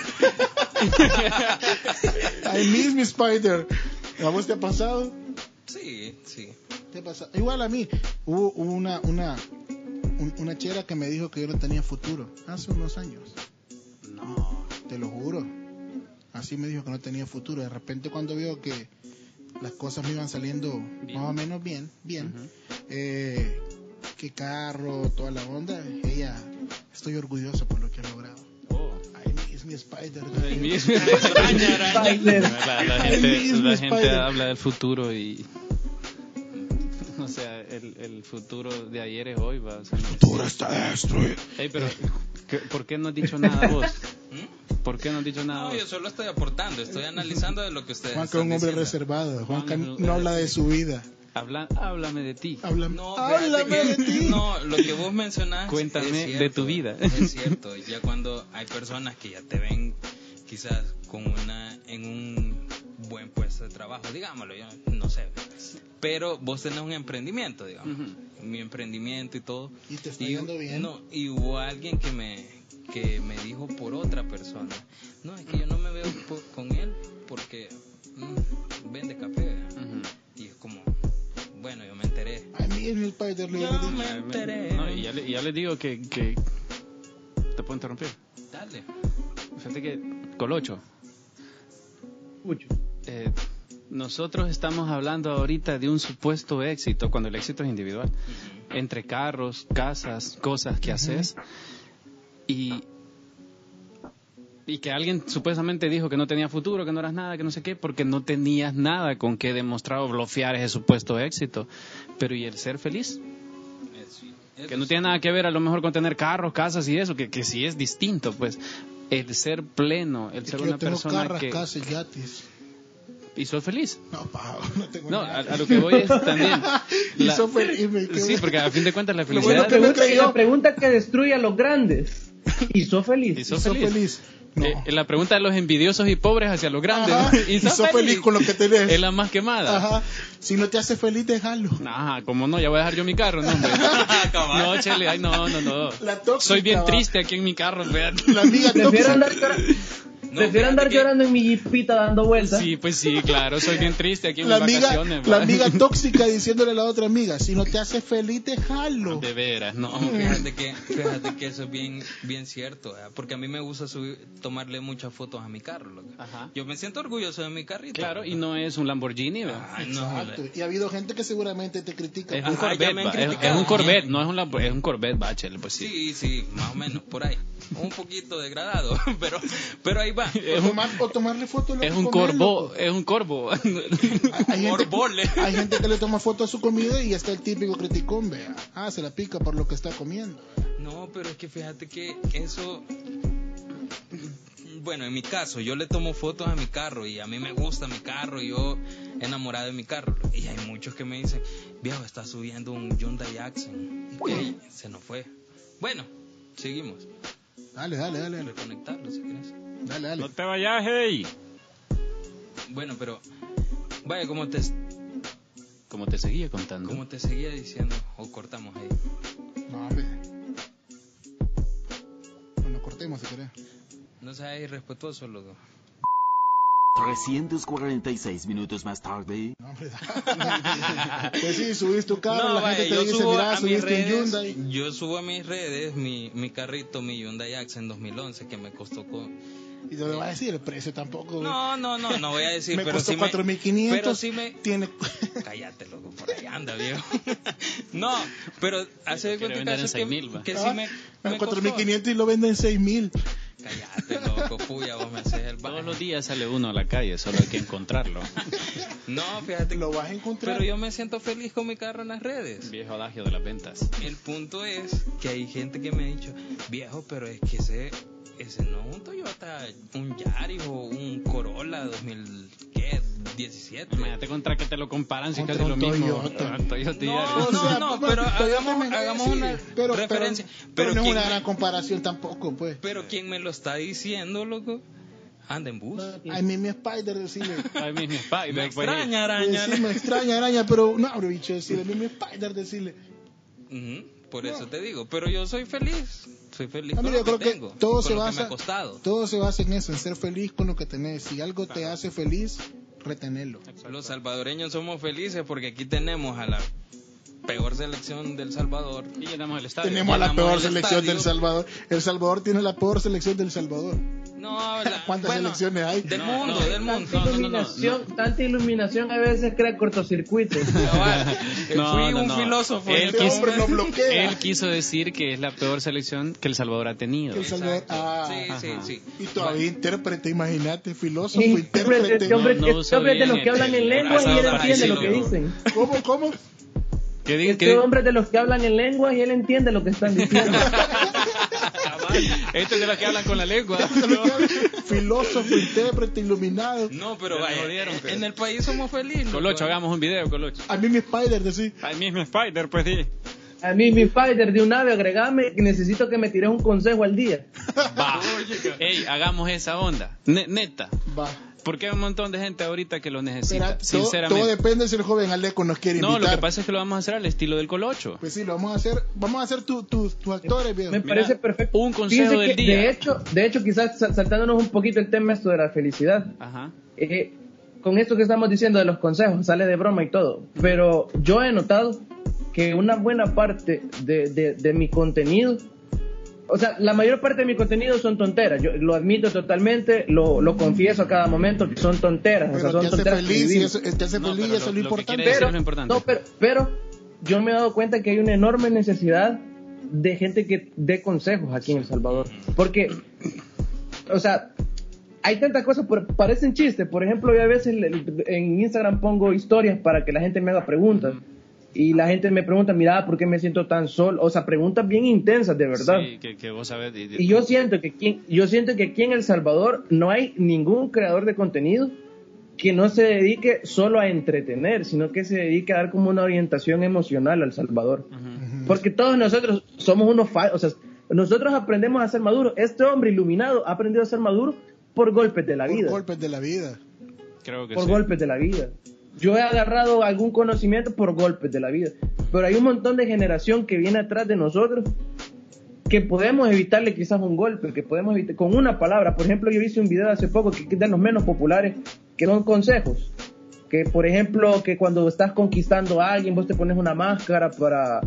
I miss me spider. ¿A vos te ha pasado? Sí, sí. ¿Te ha pasado? Igual a mí. Hubo hubo una, una, un- una chera que me dijo que yo no tenía futuro hace unos años. No. Te lo juro. Así me dijo que no tenía futuro. De repente cuando vio que las cosas me iban saliendo más o menos bien, bien, eh, que carro, toda la onda, ella, estoy orgulloso por lo que ha logrado. Oh. Ay, es mi Spider. El mismo. Extraña, araña. Spider. La, la El gente, mismo la gente Spider. habla del futuro y. O sea, el, el futuro de ayer es hoy, va. o sea, no- Futuro está destruido. Ey, pero, ¿qué- ¿por qué no has dicho nada vos? ¿Por qué no has dicho nada No, yo vos? solo estoy aportando, estoy analizando de lo que ustedes Juanca están es un hombre diciendo. reservado. Juanca Juan- no habla de su vida. Habla, háblame de ti. Háblame, No, fíjate háblame que- de ti. No, lo que vos mencionás. Cuéntame es de tu vida. Es cierto, ya cuando hay personas que ya te ven quizás con una en un buen puesto de trabajo, digámoslo, yo no sé. Pero vos tenés un emprendimiento, digamos. Mi emprendimiento y todo. Y te está yendo bien. No, y hubo alguien que me, que me dijo por otra persona. No, es que yo no me veo po- con él porque mm, vende café. Ujú. Y es como, bueno, yo me enteré. A mí es mi Spider. le hubiera Yo dicho. me enteré. No, y ya, le- y ya les digo que, que. Te puedo interrumpir. Dale. Fíjate que. Colocho. Mucho. eh, nosotros estamos hablando ahorita de un supuesto éxito, cuando el éxito es individual, entre carros, casas, cosas que haces, y, y que alguien supuestamente dijo que no tenía futuro, que no eras nada, que no sé qué, porque no tenías nada con qué demostrar o bloquear ese supuesto éxito. Pero ¿y el ser feliz? Eh, sí. Eso que no sí. tiene nada que ver a lo mejor con tener carros, casas y eso, que, que sí es distinto, pues el ser pleno, el Es ser que una yo tengo persona carras, que casas y yates. y soy feliz. No, pa, no tengo No, a, nada. a lo que voy es también. Y la- soy feliz, y me- sí, porque a fin de cuentas la Lo felicidad. bueno que me Pregunta- creyó. la pregunta que destruye a los grandes. Y sos Y feliz. sos Y soy feliz. feliz. No. Eh, la pregunta de los envidiosos y pobres hacia los grandes. Ajá, ¿no? y sos feliz con lo que tenés. Es la más quemada. Ajá. Ajá. Si no te hace feliz, déjalo. como no, ya voy a dejar yo mi carro, no, hombre. no, chele, ay, no, no, no. La tóxica, Soy bien va. triste aquí en mi carro, fíjate. La amiga Prefiero tóxica. andar, tra- No, Prefiero andar fíjate que- llorando en mi jipita dando vueltas. Sí, pues sí, claro, soy bien triste aquí en La mis amiga, vacaciones. la ma. amiga tóxica diciéndole a la otra amiga, si no te hace feliz, déjalo. De veras, no. No, fíjate que, fíjate que eso es bien, bien cierto, ¿verdad? porque a mí me gusta subir- tomarle muchas fotos a mi carro. loco. Ajá. Yo me siento orgulloso de mi carrito. Claro, y no es un Lamborghini, Ah, ¿verdad? Ay, no, Exacto. Y ha habido gente que seguramente te critica. Es un Ajá, ya Corvette, me han va, es, criticado. es un Corvette, no es un, Lambo- es un Corvette Bachel, pues sí. Sí, sí, más o menos, por ahí. Un poquito degradado, pero, pero ahí va. o, tomar- o tomarle fotos. Es un pues. corvo, es un corvo. Hay gente, Corbole. hay gente que le toma fotos a su comida y está el típico criticón, vea. Ah, se la pica por lo que está comiendo. No, pero es que fíjate que eso... Bueno, en mi caso, yo le tomo fotos a mi carro y a mí me gusta mi carro, yo enamorado de mi carro. Y hay muchos que me dicen, viejo, está subiendo un Hyundai Accent. Ey, se nos fue. Bueno, seguimos. Dale, dale, dale, dale. Reconectarlo si quieres. Dale, dale. te vayas, hey. Bueno, pero vaya, como te, Como te seguía contando. como te seguía diciendo, o cortamos ahí. No, hombre. Bueno, cortemos si querés. No seas irrespetuoso, loco. 346 minutos más tarde. No, hombre. pues sí, subís tu carro, No, la vaya, gente yo te dice, subo mirá, a mis subiste un redes, Hyundai. yo subo a mis redes mi, mi carrito, mi Hyundai Accent 2011 que me costó co- Y no le va a decir el precio tampoco. No, no, no, no voy a decir, me pero costó sí me 4.500. pero sí me Tiene... Cállate, loco, por ahí anda, viejo. no, pero hace de Quiere cuenta vender en que, eso 6.000, va. Ah, que, que sí me, me costó. 4.500 y lo venden en 6.000. Cállate, loco, puya, vos me haces el Todos baño. los días sale uno a la calle, solo hay que encontrarlo. No, fíjate, Lo vas a encontrar. pero yo me siento feliz con mi carro en las redes. Viejo adagio de las ventas. El punto es que hay gente que me ha dicho, viejo, pero es que ese, ese no es un Toyota, un Yaris o un Corolla 2017. Imagínate contra que te lo comparan si Contra casi lo un mismo. Toyota. Ah, Toyota y No, Yaris. no, no, pues, pero hagamos- me- hagamos una pero, referencia. Pero, Pero no es ¿quién una me- gran comparación tampoco, pues. Pero quien me lo está diciendo, loco, anda en bus. A mí me Spider decirle. Ay, mi- mi Spider, Me pues. extraña, araña. Sí, me extraña, araña, pero no, bro, bicho, decirle. A mí me Spider decirle. Ujú, por eso te digo, pero yo soy feliz. Soy feliz Ah, con mira, lo yo creo que que tengo, todo con se lo que me basa ha costado. todo se basa en eso, en ser feliz con lo que tenés. Si algo te hace feliz, retenerlo. Los salvadoreños somos felices porque aquí tenemos a la peor selección del Salvador. Y llenamos el estadio. Tenemos a la Ganamos peor el selección estadio. del Salvador. El Salvador tiene la peor selección del Salvador. No, la- ¿Cuántas bueno, selecciones hay? Del No, mundo, no, del no, mundo. no, no, no, no. iluminación, tanta iluminación a veces crea cortocircuitos. ah, Cabal. No, Fui no, un no. filósofo. Él este quiso- hombre. Hombre, no bloquea. Él quiso decir que es la peor selección que El Salvador ha tenido. El Salvador. Exacto. Ah, sí, ajá. sí, sí. Y todavía intérprete, imagínate, filósofo, Y intérprete. este hombre, No, no este hombre de uso los bien que hablan el- en lengua el y él pasado entiende lo que parecido. dicen. ¿Cómo, cómo? Que diga Este que- hombre de los que hablan en lengua y él entiende lo que están diciendo. Estos de los que hablan con la lengua. filósofo, intérprete, iluminado. No, pero Ya vaya, me jodieron, pues. en el país somos felices. pues. Colocho, hagamos un video, Colocho. A mí mi Spider decía, Ahí mismo Spider, pues sí. A mí, mi Spider, de una vez agregame que necesito que me tires un consejo al día. Va. Ey, hagamos esa onda. Ne- neta. va. Porque hay un montón de gente ahorita que lo Será- necesita, todo, todo sinceramente. depende si el joven Aleco nos quiere No, invitar. lo que pasa es que lo vamos a hacer al estilo del Colocho. Pues sí, lo vamos a hacer. Vamos a hacer tus tu, tus actores, viejo. Me Mira, parece perfecto. un consejo Fíjense del que, día. De hecho, de hecho, quizás sa- saltándonos un poquito el tema esto de la felicidad. Ajá. Eh, con esto que estamos diciendo de los consejos, sale de broma y todo, pero yo he notado que una buena parte de, de- de mi contenido, o sea, la mayor parte de mi contenido son tonteras, yo lo admito totalmente, lo, lo confieso a cada momento que son tonteras, o sea, Pero son te hace tonteras que feliz, y vivimos. eso, te hace No, feliz, pero eso es lo- lo, lo que importante. quiere pero, es lo importante. no, pero, pero yo me he dado cuenta que hay una enorme necesidad de gente que dé consejos aquí en El Salvador. Porque, o sea, hay tantas cosas, por- parecen chistes. Por ejemplo, yo a veces le- en Instagram pongo historias para que la gente me haga preguntas. Y la gente me pregunta, mira, ¿por qué me siento tan solo? O sea, preguntas bien intensas, de verdad. Sí, que, que vos sabés. y- Y yo siento que aquí, yo siento que aquí en El Salvador no hay ningún creador de contenido que no se dedique solo a entretener, sino que se dedique a dar como una orientación emocional al Salvador. Porque todos nosotros somos unos fallos, o sea, nosotros aprendemos a ser maduros. Este hombre iluminado ha aprendido a ser maduro por golpes de la Por vida golpes de la vida. creo que por sí. golpes de la vida. Yo he agarrado algún conocimiento por golpes de la vida. Pero hay un montón de generación que viene atrás de nosotros que podemos evitarle quizás un golpe, que podemos evitar con una palabra. Por ejemplo, yo hice un video hace poco que es de los menos populares, que son consejos. Que por ejemplo, que cuando estás conquistando a alguien, vos te pones una máscara para,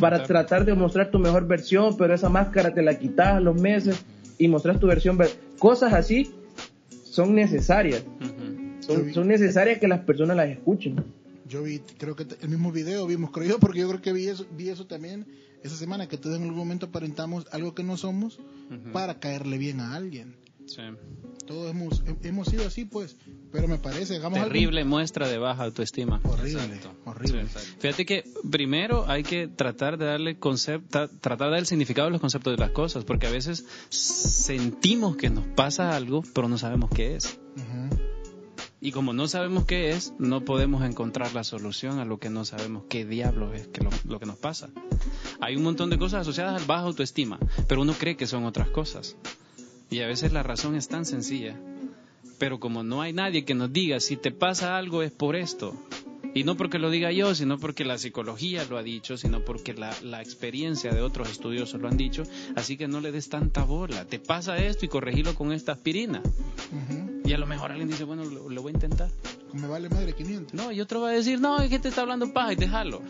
para tratar de mostrar tu mejor versión, pero esa máscara te la quitas a los meses y mostras tu versión. ver- Cosas así son necesarias. Ujú. Son, son necesarias que las personas las escuchen. Yo vi, creo que t- el mismo video vimos, creo yo, porque yo creo que vi eso, vi eso también esa semana, que todos en algún momento aparentamos algo que no somos para caerle bien a alguien. Sí. Todos hemos, he- hemos sido así, pues, pero me parece, hagamos algo- Terrible muestra de baja autoestima. Horrible, Exacto. horrible. Sí. Fíjate que primero hay que tratar de darle concepto, tratar de dar el significado a los conceptos de las cosas, porque a veces sentimos que nos pasa algo, pero no sabemos qué es. Ujú. Y como no sabemos qué es, no podemos encontrar la solución a lo que no sabemos qué diablo es que lo, lo que nos pasa. Hay un montón de cosas asociadas al baja autoestima, pero uno cree que son otras cosas. Y a veces la razón es tan sencilla. Pero como no hay nadie que nos diga si te pasa algo es por esto, y no porque lo diga yo, sino porque la psicología lo ha dicho, sino porque la, la experiencia de otros estudiosos lo han dicho, así que no le des tanta bola. Te pasa esto y corregilo con esta aspirina. Ujú. Y a lo mejor alguien dice, bueno, lo, lo voy a intentar. Me vale madre 500. No, y otro va a decir, no, es que te está hablando paja y déjalo.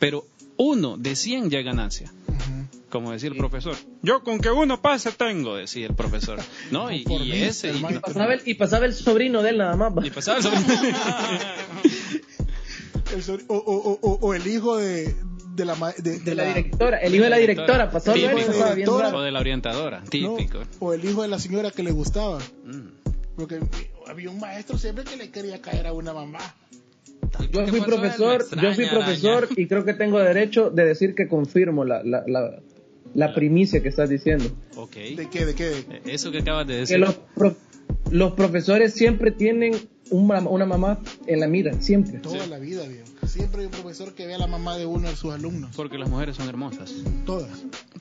Pero uno de 100 ya es ganancia. Ujú. Como decía el profesor, yo con que uno pase tengo, decía el profesor. No, y, Por y mí, ese, y, hermano. Pasaba el- y pasaba el sobrino de él nada más. va. y pasaba el sobre- El sobre- o, o- o- o- o el hijo de, de la, ma- de- De la la- directora, el hijo de la directora, pasaba el Típico. pasaba bien Directora. o bravo. pues, de la orientadora, no, típico. o el hijo de la señora que le gustaba. Mm. Porque había un maestro siempre que le quería caer a una mamá. Yo fui profesor, yo fui profesor y creo que tengo derecho de decir que confirmo la, la, la, la primicia que estás diciendo. Ok. ¿De qué? ¿De qué? de- Eh, Eso que acabas de Que decir. los, pro- los profesores siempre tienen un mam- una mamá en la mira, siempre. Toda la vida, viejo. Siempre hay un profesor que ve a la mamá de uno de sus alumnos. Porque las mujeres son hermosas. Todas.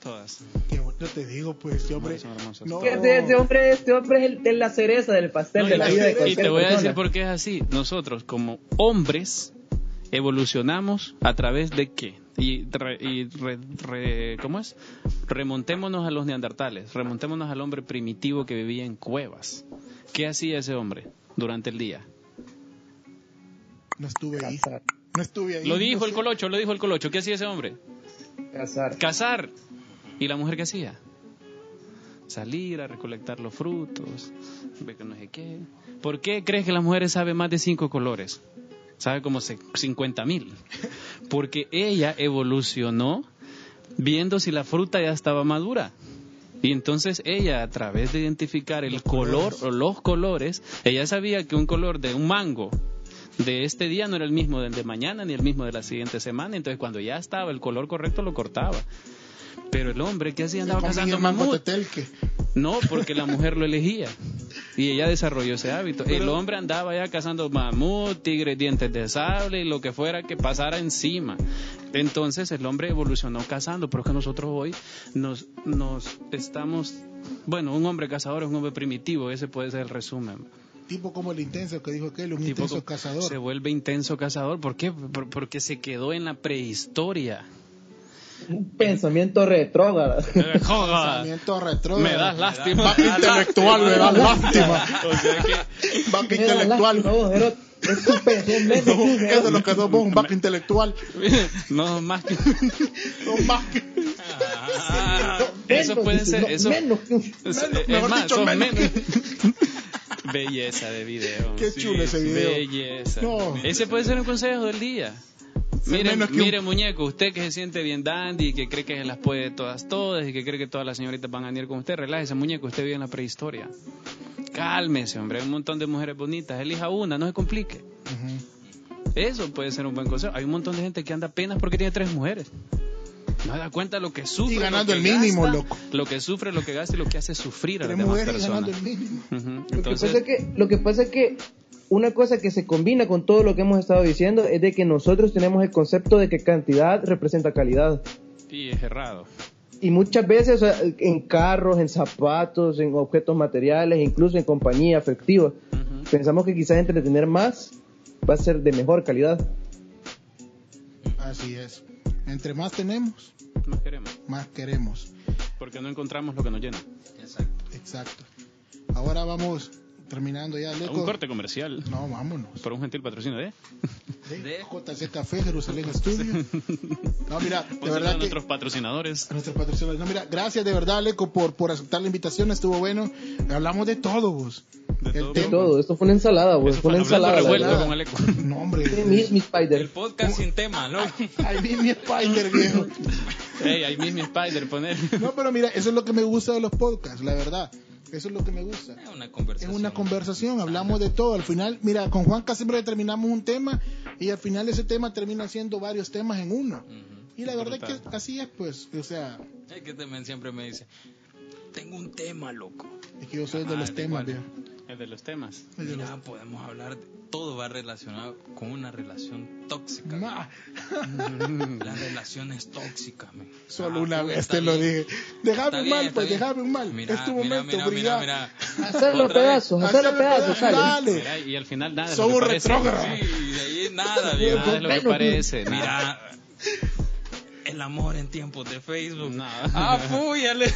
Todas. Que yo te digo, pues, este hombre. son hermosas. No, Este, este hombre, este hombre es, el- es la cereza del pastel No, de y la te- vida de y y cualquier te voy a decir persona. por qué es así. Nosotros, como hombres, evolucionamos a través de qué? Y, re- y re- re- ¿cómo es? Remontémonos a los neandertales, remontémonos al hombre primitivo que vivía en cuevas. ¿Qué hacía ese hombre durante el día? no estuve ahí. Cazar, No estuve ahí. Lo dijo el color colocho, lo dijo el colocho. ¿Qué hacía ese hombre? cazar. Cazar. ¿Y la mujer qué hacía? Salir a recolectar los frutos, ver que no sé qué. ¿Por qué crees que las mujeres saben más de cinco colores? Sabe como se- 50 mil. Porque ella evolucionó viendo si la fruta ya estaba madura. Y entonces ella, a través de identificar el color o los colores, ella sabía que un color de un mango de este día no era el mismo del de mañana ni el mismo de la siguiente semana. Entonces, cuando ya estaba el color correcto, lo cortaba. Pero el hombre, ¿qué hacía? Andaba cazando mamut. Tetelque. No, porque la mujer lo elegía. Y ella desarrolló ese hábito. el hombre andaba ya cazando mamut, tigres, dientes de sable y lo que fuera que pasara encima. Entonces el hombre evolucionó cazando, pero es que nosotros hoy nos, nos estamos... Bueno, un hombre cazador es un hombre primitivo, ese puede ser el resumen. Tipo como el intenso que dijo aquel, un Tipo, intenso cazador. Se vuelve intenso cazador. ¿Por qué? Por- porque se quedó en la prehistoria. Un pensamiento retrógrado. Joda. Pensamiento retrógrado. Me das lástima. Papi intelectual, me das lástima. O sea que- Papi Mira, la- intelectual. no, pero es un pensamiento. Eso es lo que sos vos, un papi intelectual. no más que Un papi- Ah, eso puede dice, ser no, eso Menos que un- es, menos, es mejor más dicho, son menos. menos. belleza de video Qué chulo ese video. belleza No. ese puede ser un consejo del día Mire, menos que un- mire muñeco, usted que se siente bien dandy, que cree que se las puede todas todas y que cree que todas las señoritas van a venir con usted, relájese muñeco, usted vive en la prehistoria. Cálmese, hombre, hay un montón de mujeres bonitas, elija una, no se complique. Ujú. Eso puede ser un buen consejo. Hay un montón de gente que anda apenas porque tiene tres mujeres. No se da cuenta lo que sufre. Y lo ganando que el mínimo, gasta, loco. Lo que sufre, lo que gasta y lo que hace sufrir a las Tres demás mujeres ganando el personas. mínimo. Ujú, Lo que, pasa Entonces, es que, lo que pasa es que una cosa que se combina con todo lo que hemos estado diciendo es de que nosotros tenemos el concepto de que cantidad representa calidad. y es errado. Y muchas veces o sea, en carros, en zapatos, en objetos materiales, incluso en compañía afectiva, Ujú. pensamos que quizás entretener más va a ser de mejor calidad. Así es. Entre más tenemos, No queremos. más queremos. Porque no encontramos lo que nos llena. Exacto. Exacto. Ahora vamos terminando ya, A Leco. un corte comercial. No, vámonos. Por un gentil patrocinio ¿eh? de. De De- JC Café, Jerusalén Studio. No, mira, de Por verdad que... nuestros patrocinadores. a nuestros patrocinadores. No, mira, gracias de verdad, Leco, por, por aceptar la invitación. Estuvo bueno. Hablamos de todo, vos. De El todo. tema- Todo, esto fue una ensalada, güey. Eso Fue una fue hablando Pues ensalada. la revuelto verdad. con Aleco. No, hombre. Sí, mi- mi Spider. El podcast sin Ah, tema, loco. Ahí vi mi Spider, viejo. Ey, ahí mismo Spider, poner. No, pero mira, eso es lo que me gusta de los podcasts, la verdad. Eso es lo que me gusta. Es una Es conversación. una conversación, hablamos de todo. Al final, mira, con Juanca siempre determinamos un tema y al final ese tema termina siendo varios temas en uno. Ujú. Y la verdad es que así es, pues. O sea, Es que también siempre me dice, tengo un tema, loco. es que yo soy de Ah, los de temas, cuál. viejo. El de los temas. Soy de los- Mira, podemos hablar, de- todo va relacionado con una relación tóxica. Ma, Las relaciones tóxicas, men. solo Ah, una tú, vez está te lo bien. dije. Déjame Está un bien, mal, está pues, bien. déjame un mal. Mira, es tu mira, momento, mira, brilla. mira, mira. Hacer los Otra vez. pedazos, hacer los Hacelo, pedazos, dale. sale. dale. Mira, y al final nada. de lo Son que un parece. retrógrado. Sí, de ahí nada, Nada de viejo. lo que parece. Mira. Mira, el amor en tiempos de Facebook. No. Ah, fúyale.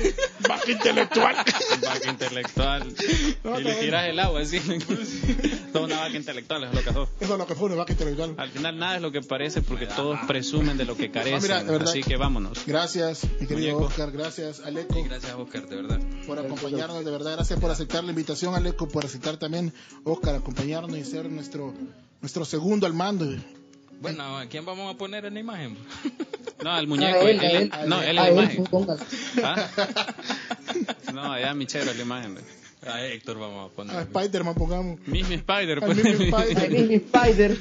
Vaca intelectual. Vaca intelectual. No, Pues y está le bien. tiras el agua, así. Toda una vaca intelectual es lo que sos. Eso es lo que fue una vaca intelectual. Ah. Al final nada es lo que parece porque todos presumen de lo que carecen. Ah, mira, de verdad. Así que vámonos. Gracias, mi querido Muñeco. Oscar. Gracias, Aleco. Y gracias, Oscar, de verdad. por acompañarnos, de verdad, gracias por aceptar la invitación, Aleco, por aceptar también, Oscar, acompañarnos y ser nuestro nuestro segundo al mando. Bueno, ¿a quién vamos a poner en la imagen? No, al A muñeco. él, él- a él. no, él es A la él, imagen. póngalo. ¿Ah? No, allá mi chévere es la imagen. güey. A Héctor vamos a poner. A Spider-Man, pongamos. Mismo Spider. Al pues. mismo A Spider. mí, mi Spider.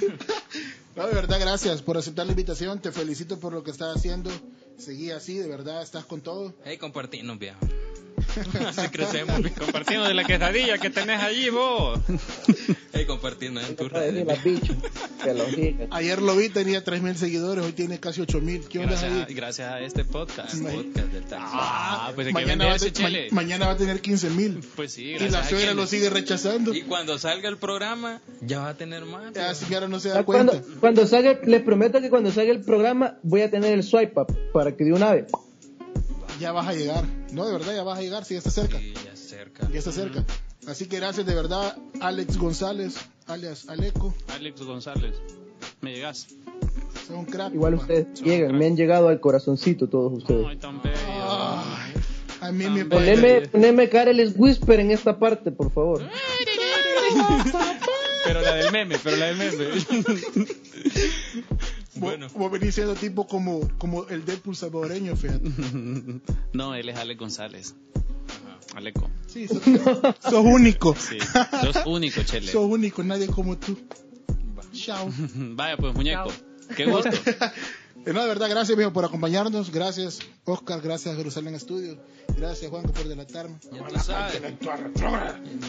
No, de verdad, gracias por aceptar la invitación, te felicito por lo que estás haciendo, seguí así, de verdad, estás con todo. Hey, compartinos, viejo. Así crecemos, viejo. Compartimos de la quesadilla que tenés allí vos. Hey, compartinos en tus Para decir redes. las bichos. Que lo diga. Ayer lo vi, tenía 3.000 seguidores, hoy tiene casi 8.000. ¿Qué onda Gracias, a- ahí? gracias a este podcast. Ma- Podcast del taxi. Ah, pues hay que Mañana vender va, a ese te- ma- chile. mañana va a tener 15.000. Pues sí, Y gracias. la a suegra quienes- lo sigue rechazando. Y cuando salga el programa, ya va a tener más. Ya, viejo. señora no se da Ah, cuenta. Cuando, cuando salga, les prometo que cuando salga el programa voy a tener el swipe up para que de una vez. Ya vas a llegar. No, de verdad, ya vas a llegar, si ya está cerca. Sí, ya cerca. ya está cerca. Así que gracias de verdad, Alex González, alias Aleco. Alex González, me llegás. Son un crack. Igual papá. ustedes llegan, me han llegado al corazoncito todos ustedes. Ay, tan bello. Ay, a mí me Poneme, poneme Carel's Whisper en esta parte, por favor. Pero la del meme, pero la del meme. Bueno. Vos venís siendo tipo como, como el Deadpool salvadoreño, fíjate. No, él es Alex González. Aleco. Sí, sos, sos único. Sí. Sos único, Chele. Sos único, nadie como tú. Chao. Vaya, pues, muñeco. Qué gusto. Eh, No, de verdad, gracias, viejo, por acompañarnos. Gracias, Oscar. Gracias, Jerusalén Studios. Gracias, Juanco, por delatarme. Ya tú sabes.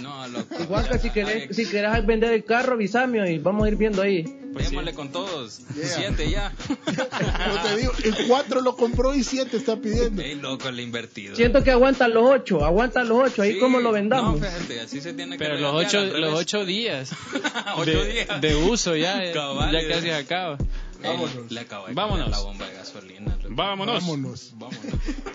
No, loco. Igual que si querés, Alex, si querés vender el carro, avísame y vamos a ir viendo ahí. démosle pues con todos. Yeah. Siete ya. Yo te digo, el 4 lo compró y 7 está pidiendo. Ey, loco, el invertido. Siento que aguantan los ocho, aguantan los ocho, ahí Sí, como lo vendamos. No, fíjate, así se tiene que Pero los regatear, ocho, al revés. los ocho días. Ocho de, días. de uso ya. eh, Cabal. ya casi acaba. Ey, Le acabo de Vámonos. cambiar la bomba de gasolina. loco. Vámonos. Vámonos. Vámonos.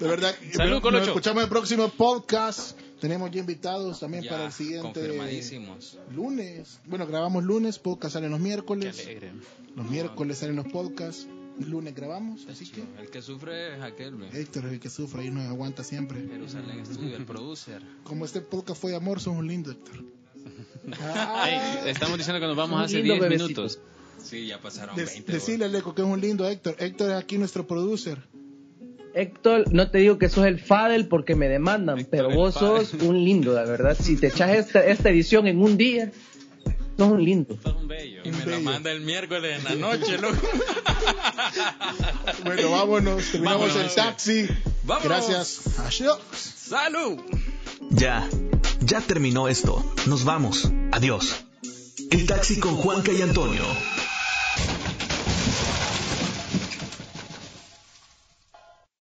De verdad, Salud, nos- Colocho. nos escuchamos en el próximo podcast. Tenemos ya invitados también Ya, para el siguiente Confirmadísimos. lunes. Bueno, grabamos lunes, podcast salen los Qué miércoles. alegre. Los miércoles salen los podcasts. Lunes grabamos, así que El que sufre es aquel, ve. Héctor es el que sufre y nos aguanta siempre. Jerusalén Studio, el producer. Como este podcast fue de amor, sos un lindo, Héctor. Ah, Ey, estamos diciendo que nos vamos Un hace lindo 10 bebecito. minutos. Sí, ya pasaron de- 20. decirle al Eco que es un lindo Héctor. Héctor es aquí nuestro producer. Héctor, no te digo que sos el Fadel porque me demandan, Héctor, pero el vos Fadel. sos un lindo, la verdad. Si te echas esta, esta edición en un día, sos un lindo. Sos un bello. Y me Bello. lo manda el miércoles en la noche, loco. Bueno, vámonos. Terminamos Vámonos, el taxi. Vámonos. Gracias. Adiós. ¡Salud! Ya, ya terminó esto. Nos vamos. Adiós. El taxi con Juanca y Antonio.